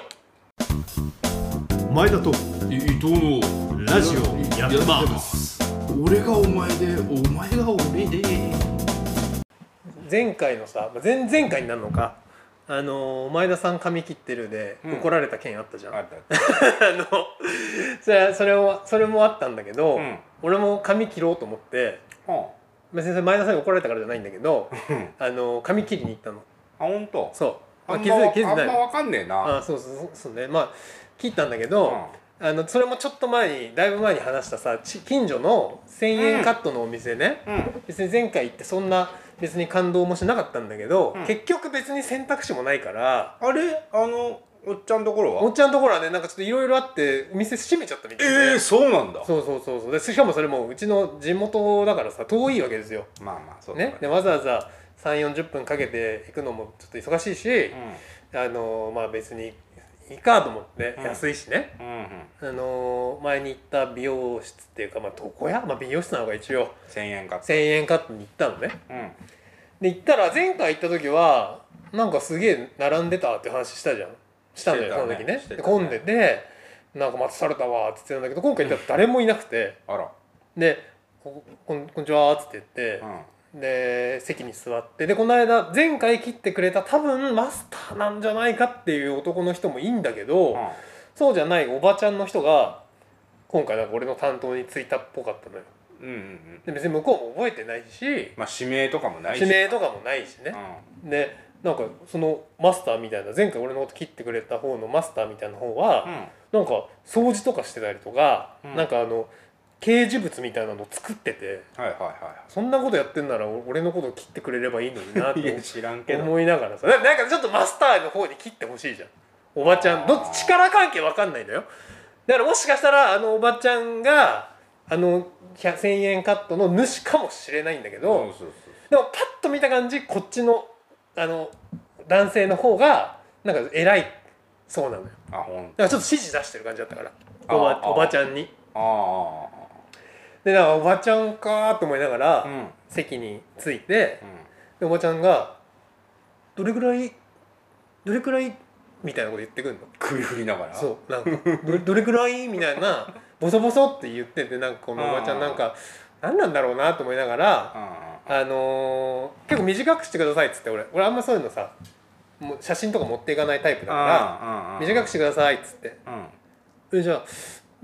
S3: 前田と
S4: 伊藤の
S3: ラジオやってます
S4: 俺がお前でお前が俺で
S2: 前回のさまあ前前回になるのかあのー前田さん髪切ってるで
S1: うん
S2: 怒られた件あったじゃん、
S1: あ
S2: あ
S1: った
S2: の それそれをそれもあったんだけど、
S1: うん
S2: 俺も髪切ろうと思って
S1: は
S2: 別にそれ前田さんに怒られたからじゃないんだけど
S1: あうん
S2: あのー髪切りに行ったの
S1: あ本当
S2: そう、ま
S1: あ
S2: あ、
S1: ん
S2: 気
S1: ま
S2: づ
S1: わ
S2: い気づいて
S1: あ
S2: ない
S1: んまわかんねえな
S2: あそうそうそうそうねまあ切ったんだけど、あのそれもちょっと前にだいぶ前に話したさち近所の1,000円カットのお店ね、
S1: うんうん
S2: 別に前回行ってそんな別に感動もしなかったんだけど、
S1: うん
S2: 結局別に選択肢もないから
S1: あれあのおっちゃんところ
S2: お
S1: は
S2: っちゃんのところはねなんかちょっといろいろあってお店閉めちゃったみたいで、
S1: ええそうなんだ
S2: そうそうそうそうでしかもそれもうちの地元だからさ遠いわけですよ、
S1: まあまあそうだ
S2: ね、でわざわざ3 4 0分かけて行くのもちょっと忙しいし、あのまあ別にいいかと思って、
S1: うん
S2: 安いしね
S1: うんうんうん
S2: あの前に行った美容室っていうかまあ床屋、まあ、美容室なのが一応
S1: 千円か
S2: 1,000円カットに行ったのね
S1: うん
S2: で行ったら前回行った時はなんかすげえ並んでたって話したじゃんしたのよ、
S1: して
S2: そ
S1: たね
S2: の時ね
S1: してたね
S2: 混んでてなんか待たされたわーって言ってたんだけど今回行ったら誰もいなくて
S1: あら
S2: でここん「こんにちは」っつって言って
S1: う、ん
S2: で席に座ってでこの間前回切ってくれた多分マスターなんじゃないかっていう男の人もいいんだけど、
S1: うん
S2: そうじゃないおばちゃんの人が今回なんか俺の担当に就いたっぽかったのよ
S1: うんうんうん
S2: で別に向こうも覚えてないし
S1: まあ指名とかもないし
S2: 指名とかもないしね、でなんかそのマスターみたいな前回俺のこと切ってくれた方のマスターみたいな方は、
S1: う
S2: なんか掃除とかしてたりとか、
S1: うん
S2: なんかあの掲示物みたいなの作ってて
S1: んはいはいは
S2: そんなことやってんならお俺のこと切ってくれればいいのにな っ
S1: いいや
S2: て
S1: 知らんけど
S2: 思いながらさななんかちょっとマスターの方に切ってほしいじゃんおばちゃんどっち力関係わかんないのよだからもしかしたらあのおばちゃんがあの100 1,000円カットの主かもしれないんだけど、
S1: そうそうそう
S2: でもパッと見た感じこっちのあの男性の方がなんか偉いそうなのよだか
S1: あほん
S2: らちょっと指示出してる感じだったから
S1: あー
S2: お
S1: あ
S2: ば
S1: ー
S2: おばちゃんに
S1: ああ
S2: でなんかおばちゃんかーと思いながら、
S1: ああうん
S2: 席に着いて
S1: うん
S2: でおばちゃんが「どれくらいどれくらい?」みたいなこと言ってくるの
S1: 首振りながら
S2: そうなんか「どどれくらい?」みたいなボソボソって言っててなんかこのおばちゃんなんか何なんだろうなと思いながら
S1: うんうん
S2: あのー結構短くしてくださいっつって俺俺あんまそういうのさもう写真とか持っていかないタイプだか
S1: あ
S2: ら短くしてくださいっつって
S1: うんうん
S2: えじゃあ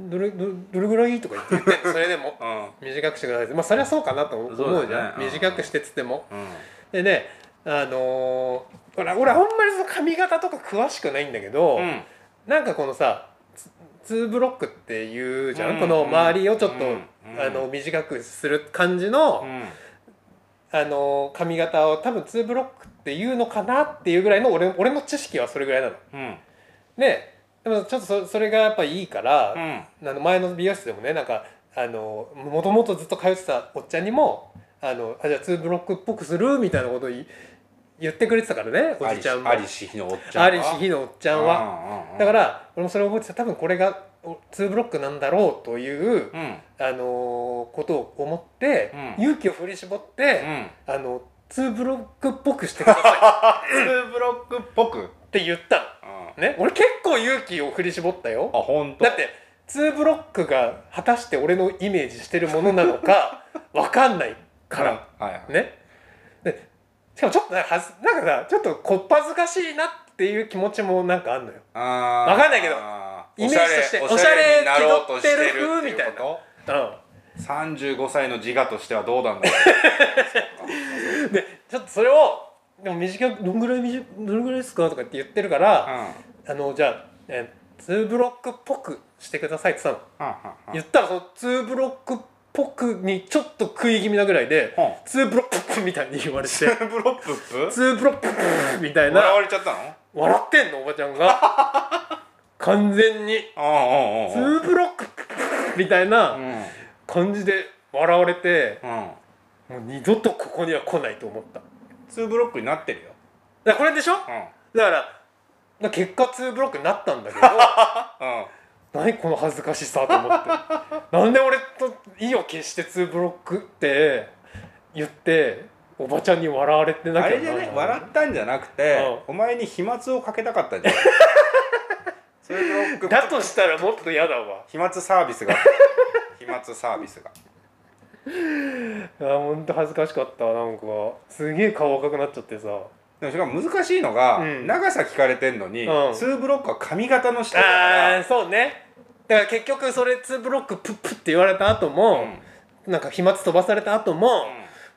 S2: どれどれどれぐらいとか言って言ってんのそれでも短くしてくださいってまあそりゃそうかなと思
S1: そうう
S2: じゃ
S1: だ
S2: ん、
S1: ねうん
S2: 短くしてっつっても
S1: うん
S2: でねあのー俺俺あんまりその髪型とか詳しくないんだけど、
S1: うん
S2: なんかこのさツーブロックっていうじゃん、
S1: うん
S2: この周りをちょっと、
S1: うんうん
S2: あの短くする感じの、
S1: うん
S2: あの髪型を多分2ブロックっていうのかなっていうぐらいの俺俺の知識はそれぐらいなの。
S1: うん
S2: ねでもちょっとそそれがやっぱいいから、
S1: うん
S2: あの前の美容室でもねなんかあのもともとずっと通ってたおっちゃんにもあのあじゃあ2ブロックっぽくするみたいなことを言い言ってくれてたからねおじちゃんも。
S1: ありし日のおっちゃん
S2: ありし日のおっちゃんは。
S1: は
S2: だから俺もそれを覚えてた多分これが2ブロックなんだろうという、
S1: うんうん
S2: あのことを思って、
S1: うん
S2: 勇気を振り絞って。
S1: うん
S2: あの、ツーブロックっぽくしてくださ
S1: ツーブロックっぽく
S2: いって言ったの。ね、俺結構勇気を振り絞った
S1: あ
S2: よ。
S1: 本当
S2: だって、 ツーブロックが果たして俺のイメージしてるものなのか、わかんないっから、
S1: はいはい
S2: ねでしかもちょっとなんかはずなんかさちょっとこっぱずかしいなっていう気持ちもなんかあんのよ
S1: あ
S2: わかんないけどイメージとしておしゃれ
S1: になろうとしてる
S2: 気取ってる風
S1: っていう
S2: みたいな
S1: こ
S2: う
S1: と35歳の自我としてはどうなんだろ
S2: んでちょっとそれをでも短くどんぐらい短くどれぐらいですかとかって言ってるから、
S1: う、
S2: あのじゃあ、え2ブロックっぽくしてくださいって言ったの、
S1: うん
S2: 言ったらその2ブロックっぽくにちょっと食い気味なぐらいで、
S1: うん
S2: 2ブロックみたいに 言われて
S1: ツーブロップップ
S2: 2ブロックみたいな
S1: 笑われちゃったの
S2: 笑ってんのおばちゃんが完全に
S1: ああうんうんうん
S2: 2ブロックみたいな
S1: うん
S2: 感じで笑われて
S1: うん
S2: もう二度とここには来ないと思っただか
S1: ツーブロックになってるよ
S2: らこれでしょだ
S1: うん
S2: から結果2ブロックになったんだけど
S1: うん
S2: 何この恥ずかしさと 思ってなんで俺と意を決して2ブロックって言っておばちゃんに笑われてなきゃ
S1: あ
S2: な
S1: れじゃね笑ったんじゃなくて
S2: う
S1: お前に飛沫をかけたかったんじゃないツーブロック
S2: だとしたらもっと嫌だわ
S1: 飛沫サービスが飛沫サービスが
S2: あーほんと恥ずかしかったわなんかすげえ顔赤くなっちゃってさ
S1: でもしかも難しいのが、
S2: うん
S1: 長さ聞かれてんのに、
S2: うん
S1: ツーブロックは髪型の人だから
S2: ああそうねだから結局それ2ブロックプップって言われた後
S1: う
S2: も
S1: ん、
S2: なんか飛沫飛ばされた後も、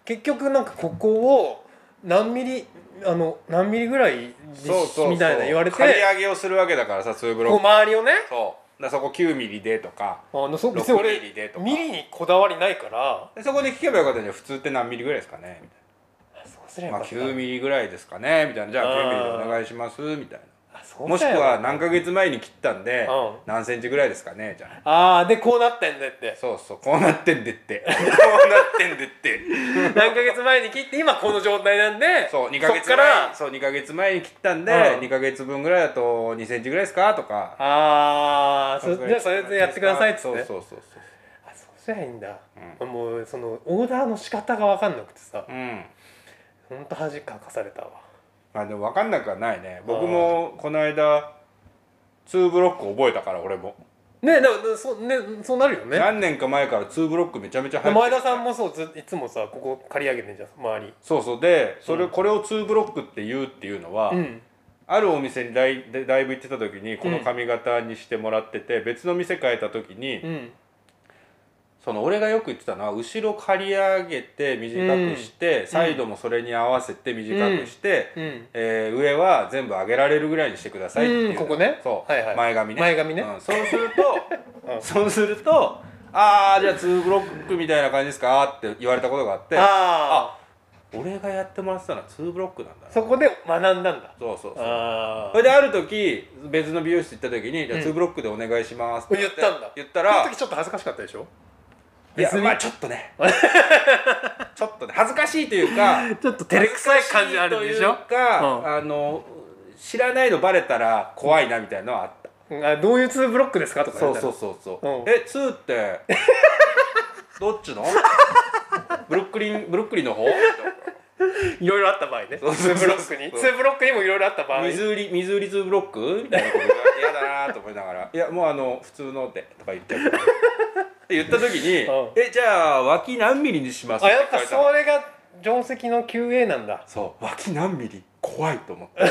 S2: 結局なんかここを何ミリあの何ミリぐらい
S1: そうそうそう
S2: みたいな言われて
S1: 刈り上げをするわけだからさツーブロ
S2: こう
S1: ック
S2: 周りをね
S1: そうだからそこ9ミリでとか
S2: あのそう別に
S1: 6
S2: 俺
S1: ミリでとか
S2: ミリにこだわりないから
S1: でそこで聞けばよかったじゃん普通って何ミリぐらいですかねみ
S2: そうす
S1: た
S2: れ
S1: いな、
S2: ば
S1: まあ、
S2: よかった
S1: 9ミリぐらいですかねみたいなじゃあ
S2: あー
S1: 9ミリでお願いしますみたい
S2: あそ
S1: な
S2: う
S1: もしく
S2: だよ
S1: は何ヶ月前に切ったんで、
S2: うん
S1: 何センチぐらいですかねじゃあ
S2: ああでこうなったん だって
S1: そうそうこうなってんでって こうなってんでって
S2: 何ヶ月前に切って今この状態なんで
S1: そう2
S2: そ
S1: ヶ
S2: っ
S1: 月
S2: か
S1: 前
S2: ら
S1: そう2ヶ月前に切ったんで、
S2: うん
S1: 2ヶ月分ぐらいだと2センチぐらいですかとか
S2: ああそじゃあそれでやってくださいっつって
S1: そうそうそうそう
S2: あそうじゃいいんだ、もうそのオーダーの仕方が分かんなくてさ
S1: うん
S2: ほんと恥かかされたわ
S1: まあでも分かんなくはないね僕もこの間2ブロック覚えたから俺も、
S2: ねでもそ,、ね、そうなるよね
S1: 何年か前から2ブロックめちゃめちゃ入って
S2: 前田さんもそうずいつもさここ借り上げてんじゃん周り
S1: そうそうでそれ、
S2: うん
S1: これを2ブロックって言うっていうのは、
S2: うん
S1: あるお店にライでライブ行ってた時にこの髪型にしてもらってて、別の店変えた時に、
S2: うん
S1: その俺がよく言ってたのは後ろ刈り上げて短くして、サイドもそれに合わせて短くして、
S2: うん
S1: えー上は全部上げられるぐらいにしてくださいっていう、
S2: うんここね
S1: そう、
S2: はいはい
S1: 前髪ね
S2: 前髪ね
S1: うんそうすると、
S2: うん
S1: そうするとああじゃあ2ブロックみたいな感じですかって言われたことがあって
S2: あ
S1: 俺がやってもらってたのは2ブロックなんだ
S2: あ
S1: な
S2: そこで学んだんだ
S1: そうそうそう
S2: あ
S1: それである時別の美容室行った時に「じゃあ2ブロックでお願いします」
S2: 言ったんだ
S1: 言った
S2: あ
S1: ら
S2: その時ちょっと恥ずかしかったでしょ
S1: いや
S2: 別に
S1: まあちょっと ねちょっとね恥ずかしいというか
S2: ちょっと 照れくさい感じあるでし
S1: 恥ず
S2: ょ
S1: かしいというか、
S2: うん
S1: あの知らないのバレたら怖いなみたいなのはあった、
S2: あどういう2ブロックですかとか
S1: そうそう
S2: う
S1: そうそう、
S2: うん
S1: えツーってどっち のブルックリンブルックリンの方
S2: いろいろあった場合ね
S1: そうそうそう
S2: 2ブロックに
S1: そう
S2: 2ブロックにもいろいろあった場合
S1: 水売り水売りツーブロックみたいなことが嫌だなと思いながら「いやもうあの普通ので」とか言 ってって言った時に「
S2: うん
S1: えじゃあ脇何ミリにします?」
S2: あやっ
S1: 聞
S2: ぱ
S1: かれたの
S2: それが定石の QA なんだ
S1: そう脇何ミリ怖いと 思って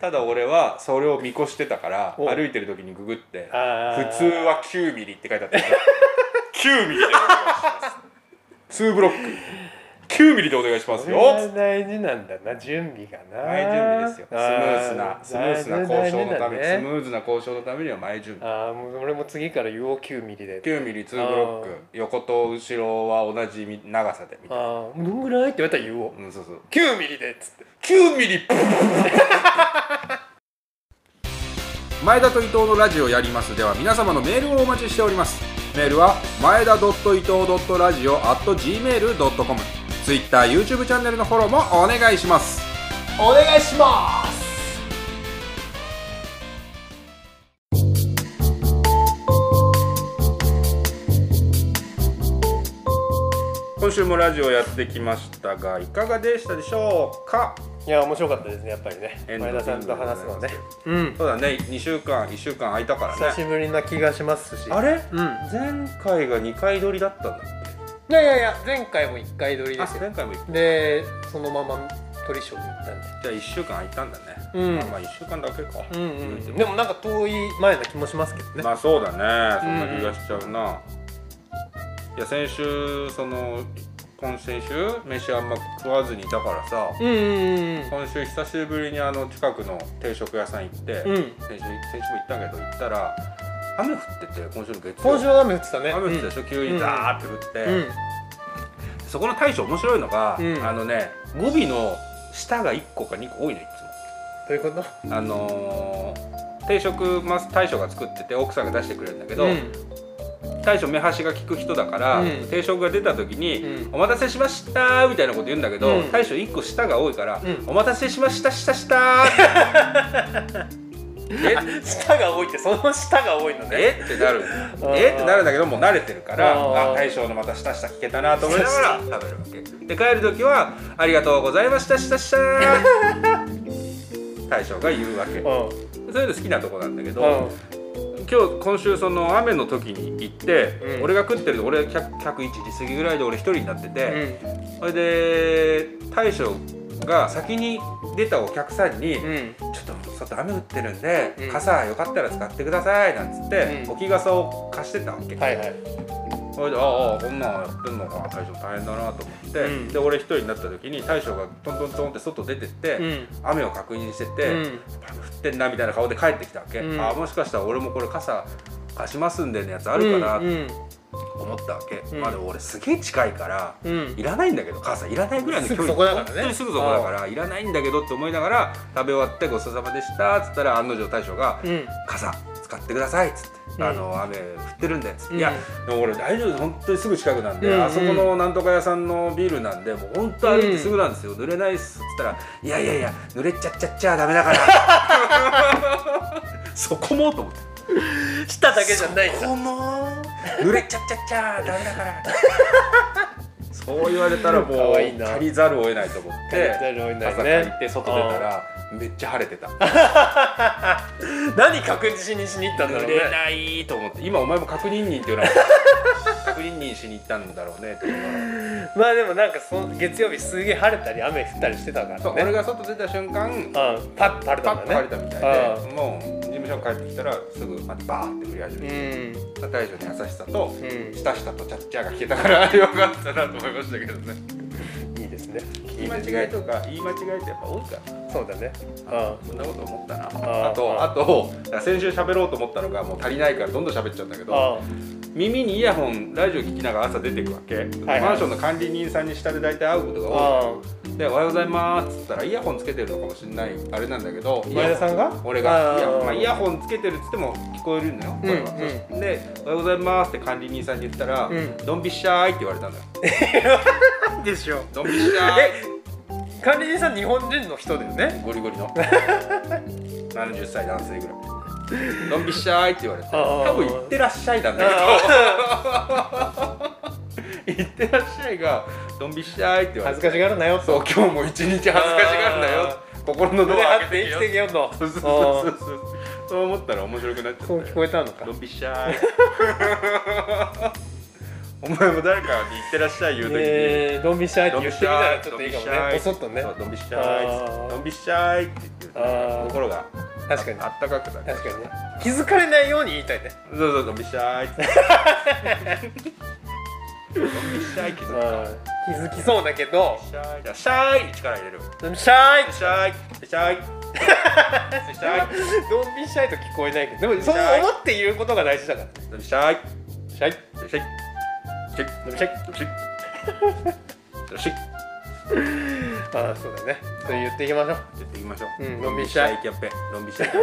S1: ただ俺はそれを見越してたから
S2: お
S1: 歩いてる時にググって「
S2: あー
S1: 普通は9ミリ」って書いてあったから「9ミリでお願いします」2ブロック9ミリでお願いします
S2: そ
S1: よ
S2: れが大事なんだな準備がな
S1: 前準備ですよスムーズな
S2: あ
S1: スムーズな交渉のために、ス
S2: 大事だね
S1: ムーズな交渉のためには前準備
S2: ああもう俺も次から UO9 ミリで
S1: 9ミリ2ブロッ
S2: あ
S1: ク横と後ろは同じみ長さでみたいな
S2: ああどんぐらいって言われたら言おう
S1: うんそうそう
S2: 9ミリでっつって
S1: 9ミリ 前田と伊藤のラジオやりますでは皆様のメールをお待ちしておりますメールは前田伊藤ラジオ at gmail.com ツイッター YouTube チャンネルのフォローもお願いします
S2: お願いします
S1: 今週もラジオやってきましたがいかがでしたでしょうか
S2: いや面白かったですねやっぱりね
S1: エンド
S2: 前田さんと話すのね
S1: エンドで
S2: うん
S1: そうだね2週間1週間空いたから
S2: 久し
S1: ね
S2: ぶりな気がしますし
S1: あれ
S2: うん
S1: 前回が2回撮りだったんだっ
S2: いやいやいや前回も一回撮りで
S1: あ
S2: すよ
S1: 前回も行った
S2: でそのまま鳥賞に行ったんで
S1: じゃあ1週間空いたんだね、
S2: うん
S1: まあまあ1週間だけか、
S2: うんうん
S1: 言うても
S2: でもなんか遠い前な気もしますけどね、
S1: まあそうだねそんな気がしちゃうな、いや先週その今先週飯あんま食わずにいたからさ、
S2: うんうん
S1: 今週久しぶりにあの近くの定食屋さん行って、
S2: うんうん
S1: 先週先週も行ったけど行ったら雨降ってて今週の月曜
S2: 今週は雨降ってたね
S1: 雨降ってたでしょ、急にザーって降って、
S2: うんうん
S1: そこの大将面白いのが、
S2: うん
S1: あのね語尾の下が1個か2個多いのいつも。
S2: どういうこと
S1: あのー定食マス大将が作ってて奥さんが出してくれるんだけど、
S2: うん
S1: 大将目端が利く人だから、
S2: うん
S1: 定食が出た時に
S2: う
S1: 「お待たせしました」みたいなこと言うんだけど、
S2: うん
S1: 大将1個下が多いから「
S2: うん
S1: お待たせしましたしたした」って
S2: 舌が多いってその舌が多いの
S1: え えってなる
S2: ー
S1: えってなるんだけどもう慣れてるから
S2: あー
S1: あ大将のまたしたした聞けたなと思いなが ら食べるわけで帰る時は「ありがとうございましたした した」大将が言うわけ
S2: う
S1: そういうの好きなとこなんだけど、
S2: んうん
S1: 今日今週その雨の時に行って、
S2: うん
S1: 俺が食ってる俺100 101時過ぎぐらいで俺一人になって
S2: う
S1: て、
S2: ん
S1: それで大将が先に出たお客さんに「
S2: うん
S1: ちょっと外雨降ってるんで、
S2: うん
S1: 傘よかったら使ってください」なんつって、
S2: うん
S1: 置き傘を貸してたわけ、
S2: はいはい
S1: それで「ああこんなんやってんのか大将大変だな」と思って、
S2: うん
S1: で俺一人になった時に大将がトントントンって外出てって、
S2: うん
S1: 雨を確認して
S2: う
S1: て、
S2: ん
S1: パン降ってんなみたいな顔で帰ってきたわけ、
S2: うん
S1: あもしかしたら俺もこれ傘貸しますんでのやつあるかな
S2: う
S1: と
S2: ん
S1: 思ったわけ、
S2: うん
S1: まあでも俺すげえ近いから
S2: うん
S1: いらないんだけど傘いらないぐらいの距離
S2: すぐそこだからね
S1: 本当にすぐそこだからいらないんだけどって思いながら食べ終わってごちそうさまでしたっつったら案の定大将が
S2: うんうん
S1: 「傘使ってください」っつって。
S2: うん
S1: あの雨降ってるんでっつって、
S2: うん
S1: いやでも俺大丈夫です本当にすぐ近くなんで、
S2: うんうん
S1: あそこのなんとか屋さんのビールなんでもう本当歩いてすぐなんですよ、濡れないっすっつったら「いやいやいや濡れちゃっちゃっちゃダメだ から」そこもと思って
S2: 舌だけじゃない
S1: そこも濡れちゃっちゃっちゃダメだから そう言われたらも
S2: か
S1: う
S2: わいいな
S1: 借りざるを得ないと思っ
S2: 借り
S1: て
S2: ざるを得な
S1: 朝
S2: いね
S1: 借りて外出たらめっちゃ晴れてた
S2: 何確認しにしに行ったんだろ
S1: 濡
S2: う
S1: れ
S2: ね
S1: ないと思って今お前も確認人っていうのは 確認人しに行ったんだろうねって思いながら
S2: まあでもなんかその月曜日すげえ晴れたり雨降ったりしてたからね
S1: そう俺が外出た瞬間
S2: うんパッと
S1: パ
S2: 晴れた
S1: ッ
S2: ん
S1: と晴
S2: だ
S1: れ
S2: ね
S1: たみたいでもう事務所に帰ってきたらすぐまたバーって降り始めて大将の優しさと
S2: ん
S1: したしたとチャッチャーが聞けたからよかったなと思いましたけどね
S2: うんいいですね
S1: 言い間違いとか言い間違いってやっぱ多いから
S2: そうだね
S1: あ
S2: う
S1: そんなこと思ったな
S2: あ
S1: あとあとだから先週喋ろうと思ったのがもう足りないからどんどん喋っちゃうんだけど
S2: あ
S1: 耳にイヤホンラジオ聞きながら朝出てくわけ、
S2: はい
S1: マンションの管理人さんに下で大体会うことが多
S2: あ
S1: いで「おはようございます」っつったらイヤホンつけてるのかもしれないあれなんだけど
S2: 前田さんが
S1: 俺が
S2: あー
S1: イヤ,、まあ、イヤホンつけてるっつっても聞こえるのよ声は、
S2: う
S1: で「おはようございます」って管理人さんに言ったら
S2: うん
S1: ドンビシャーイ」って言われたのよ
S2: あでしょ
S1: ドンビシャーイ
S2: 管理人さん日本人の人だよね
S1: ゴリゴリ の70歳男性ぐらい「ドンビシャーイ」って言われて
S2: あー
S1: 多分「行ってらっしゃい」なんだけど「行ってらっしゃい」が「ドンビシャーイ」って言われ
S2: 恥ず
S1: て
S2: かしがるなよ
S1: そう今日も一日恥ずかしがるなよ
S2: あ
S1: 心のド
S2: 胸
S1: ア開
S2: 張っ
S1: け
S2: て
S1: て
S2: 生き
S1: よ
S2: てけよと
S1: そうそうそうそうそう思ったら面白くなっちゃった
S2: そう
S1: よ
S2: 聞こえたのか
S1: ドンビシ ャーイお前も誰かに「行ってらっしゃい」言う時に
S2: えー、ドンビシャーイっ
S1: ド
S2: て
S1: ン
S2: 言
S1: ビ
S2: って
S1: シ
S2: み
S1: ャ
S2: たら
S1: ーイ
S2: ちょっといいかも
S1: ド
S2: ね
S1: ンビシャ
S2: ボソ
S1: ーイ
S2: っとね
S1: そうドンビシャー
S2: あ
S1: イ
S2: ー
S1: ドンビシャーイって言ってる
S2: あー
S1: 心が
S2: 確かに
S1: あったかくなる
S2: 確かにね気づかれないように言いたいね
S1: そうそうドンビシャーイってドンビシャーイ気づくか
S2: 気づきそうだけど
S1: シャーイじゃあシャーイに力入れる
S2: ドンビシャーイ
S1: シャーイシャーイシャーイ
S2: ドンビシャイと聞こえないけどでもそう思って言うことが大事だから
S1: ドンビシャーイ
S2: シャイ
S1: ドンビシャーイシャーイ
S2: ドンビシャイ
S1: ドンビシャーイドンビシャーイ
S2: ああそうだねそれ言っていきましょう
S1: やっていきましょう、
S2: うんドンビシャーイ
S1: イキャッペドンビシャーイ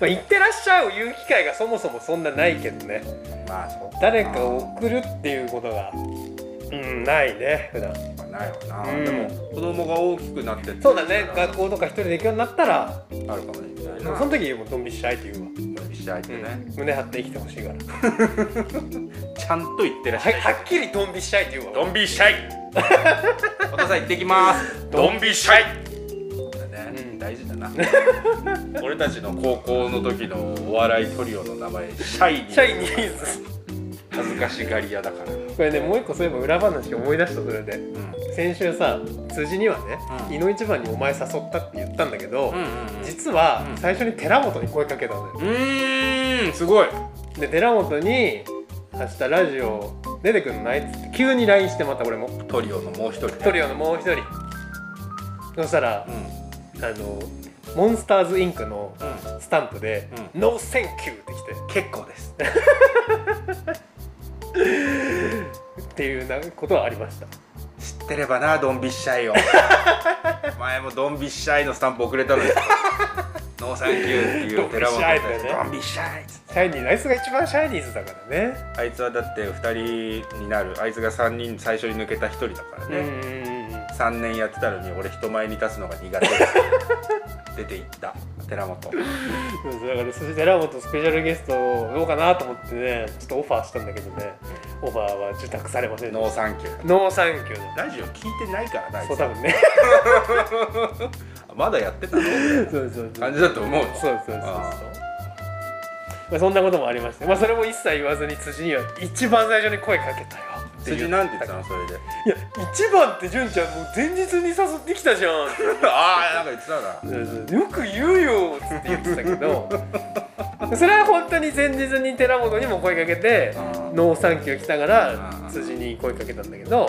S2: まあ行ってらっしゃいを言う機会がそもそもそんなないけどね
S1: まあそうか
S2: 誰かを送るっていうことがうんないね普段
S1: ないわな、
S2: うん
S1: でも子供が大きくなってって
S2: そうだね
S1: から
S2: 学校とか一人で行くようになったら
S1: あるかもしれない
S2: そ
S1: な
S2: の時もうドンビシャイって言うわ
S1: ドンビシャーイってね、
S2: 胸張って生きてほしいからは
S1: ちゃんと言ってらっしゃい
S2: はっきりドンビシャイって言うわ
S1: ドンビシャイお父さん行ってきますドンビシャイだね、
S2: うん
S1: 大事 だな俺たちの高校の時のお笑いトリオの名前シャイニー
S2: シャイニーズ
S1: 恥ずかしがり屋だから、うん
S2: これねもう一個そういえば裏話思い出したそれで先週さ辻にはね「
S1: うん
S2: 井の一番にお前誘った」って言ったんだけど、
S1: うん
S2: 実は
S1: うん
S2: 最初に寺本に声かけたのよ
S1: うん、うーんすごい
S2: で寺本に「明日ラジオ出てくんない?」っつって急に LINE してまた俺も
S1: トリオのもう一人ね
S2: トリオのもう一人そしたら
S1: う、ん
S2: あのモンスターズインクの
S1: うん
S2: スタンプで「
S1: う
S2: No thank you」ってきて
S1: 結構です
S2: っていうなことはありました
S1: 知ってればなドンビッシ ャイを前もドンビッシャイのスタンプ送れたの にノーサンキューっていう寺本に対して
S2: ド
S1: ドンビッシャイっつって
S2: シャイニーナイスが一番シャイニーズだからね
S1: あいつはだって2人になるあいつが3人最初に抜けた1人だからね、
S2: ね
S1: 3年やってたのに俺人前に立つのが苦 手出て行った寺本
S2: そうだからそして寺本スペシャルゲストをどうかなと思ってねちょっとオファーしたんだけどねオファーは受託されませんで
S1: ノ
S2: し
S1: ーサンキュー
S2: たノーサンキュー
S1: ラジオ聞いてないからなあい
S2: の
S1: つ
S2: そう多 分ね
S1: あ まだやってたの
S2: そうそうそうそう
S1: 感じだと思うの
S2: そうそうそう
S1: あ
S2: まあ、そんなこともありまして、まあ、それも一切言わずに辻には一番最初に声かけたよっていう
S1: 辻なんて言ってたのそれで
S2: いや一番って純ちゃんもう前日に誘ってきたじゃんって
S1: ああなんか言ってたな
S2: よく言うよっつって言ってたけ どそれは本当に前日に寺本にも声かけて「
S1: うん
S2: ノーサンキュー」来た
S1: う
S2: から
S1: ん
S2: 辻に声かけたんだけど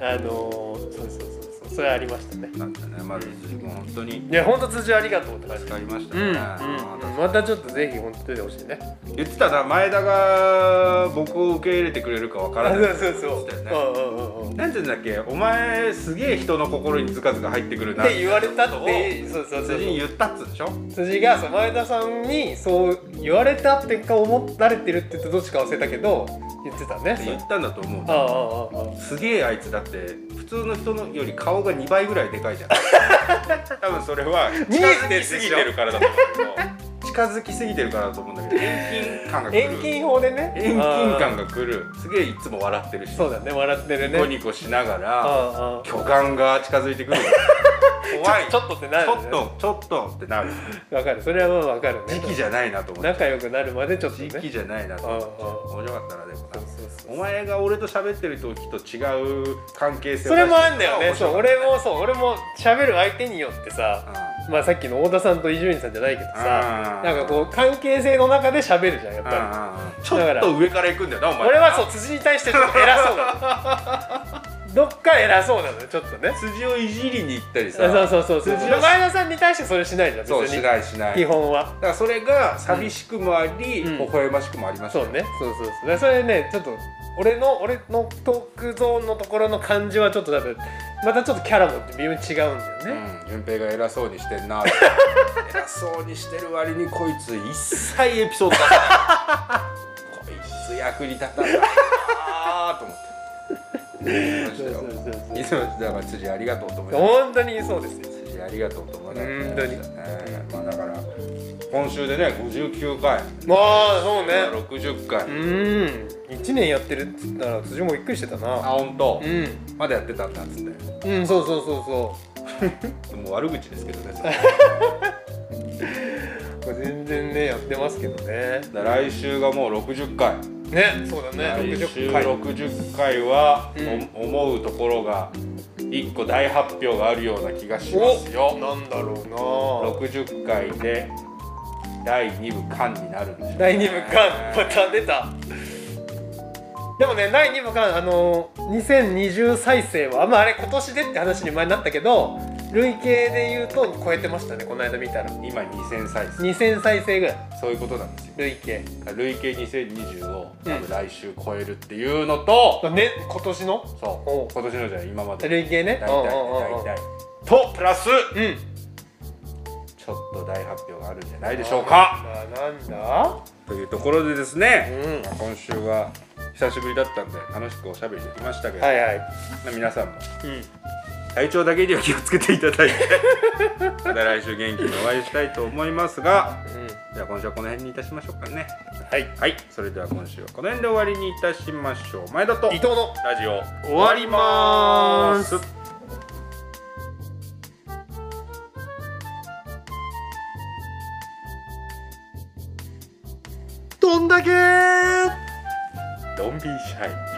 S2: あ
S1: う
S2: のー、そうそうそうそうそれはありましたね
S1: んなんかねまず辻君本当に
S2: いや本当辻ありがとうって感じ
S1: 助かりました
S2: うん、
S1: ね
S2: うん、
S1: また
S2: またちょっとぜひ本当にほしいね
S1: 言ってたな前田が僕を受け入れてくれるかわから
S2: あ
S1: な
S2: そ
S1: いう
S2: そうそう
S1: って言ってたよね
S2: うんうんうんうんっ
S1: なんて言うんだっけお前すげえ人の心にずかずか入ってくるな
S2: て言われたってそうそうそう
S1: 辻に言ったっつうでしょ
S2: 辻がそう前田さんにそう言われたってか思われてるって言ってどっちか忘れたけど言ってたねそ
S1: 言
S2: れ
S1: ったんだと思う
S2: ああああああ
S1: すげえあいつだって普通の人のより顔が2倍ぐらいでか いじゃん多分それは
S2: 見え
S1: 近づ
S2: てるで
S1: き
S2: しょ
S1: すぎてるからだと思うんだけど近づきすぎてるからだと思うんだけど遠近感が来る
S2: 遠近法でね
S1: 遠近感
S2: が
S1: が来るすげえいつも笑ってるし
S2: そうだね笑ってるね
S1: ニコニコしながら
S2: ああ
S1: 巨眼が近づい てくる怖い
S2: ちょっとってな
S1: ち
S2: る
S1: ょ
S2: ね
S1: っとちょっとってなる
S2: わかるそれはまあわかるね
S1: 時期じゃないなと思って
S2: 仲良くなるまでちょっと
S1: 時
S2: ね
S1: 期じゃないなと
S2: ああ
S1: 思って
S2: ああ
S1: 面白かったなでもな
S2: そうそうそう
S1: お前が俺と喋ってる時と違う関係性
S2: それもあんだよねそう
S1: 俺
S2: 俺もそう俺も喋る相手によってさまあさっきの太田さんと伊集院さんじゃないけどさ
S1: うん
S2: なんかこう関係性の中で喋るじゃんやっぱ
S1: ちょっと上から行くんだよなお
S2: り
S1: 前
S2: 俺はそう辻に対してちょっと偉そうな のどっか偉そうなのよちょっとね
S1: 辻をいじりに行ったりさ
S2: そうそうそうそう
S1: 辻は
S2: 前田さんに対してそれしないじゃん別
S1: そうし
S2: に
S1: ないしない
S2: 基
S1: だか
S2: 本は
S1: らそれが寂しくもあり、
S2: うん
S1: 微笑ましくもありました
S2: そ
S1: よ
S2: うねそうそうそうだからそれねちょっと俺の俺のトークゾーンのところの感じはちょっとだってまたちょっとキャラも微妙に違うんだよね、
S1: うん、順平が偉そうにして んな偉そうにしてる割にこいつ一切エピソード出さないこ いつ役に立たないなあと思って
S2: そうそう
S1: 思いま
S2: そうそ
S1: し
S2: う
S1: たよいつもだから辻ありがとうと思いました
S2: 本当にそうですよ
S1: 辻ありがとうと思いました
S2: 本当に
S1: えーまあだから今週でね59回
S2: まあそうね
S1: 60回、
S2: うん1年やってるっつったら辻もびっくりしてた
S1: あ
S2: な
S1: 本当
S2: う、ん
S1: まだやってたんだっつっ
S2: うんそうそうそうそ
S1: てもう悪口ですけどね
S2: うこれ全然ねやってますけどね
S1: だから来週がもう60回
S2: ねそうだね
S1: 来週
S2: 60回
S1: 60回は、
S2: うん
S1: お思うところが一個大発表があるような気がします
S2: お
S1: よ
S2: なんだろ
S1: 60回で第2部巻になるんでしょう
S2: う
S1: ね
S2: な第2部間また出たでもね第2部間あの2020再生はまああれ今年でって話に前になったけど累計で言うと超えてましたねこの間見たら
S1: 今2000再生
S2: 2000再生ぐらい
S1: そういうことなんですよ
S2: 累計
S1: 累計2020を多分来週超えるっていうのと、
S2: ね今年の
S1: そう今年のじゃない今まで
S2: 累計ね
S1: 大体
S2: うんうんうんう
S1: 大
S2: ん
S1: 体とプラス
S2: うん
S1: ちょっと大発表があるんじゃないでしょうか
S2: なんだ
S1: というところでですね、
S2: うん
S1: まあ今週は久しぶりだったんで楽しくおしゃべりできましたけど、
S2: はいはい
S1: まあ皆さんも
S2: うん
S1: 体調だけには気をつけていた だいてまた来週元気にお会いしたいと思いますがじゃあ今週はこの辺にいたしましょうかね
S2: はい
S1: はいそれでは今週はこの辺で終わりにいたしましょう前田と
S2: 伊藤の
S1: ラジオ終わります
S2: どんだけー
S1: どドンビーシャイ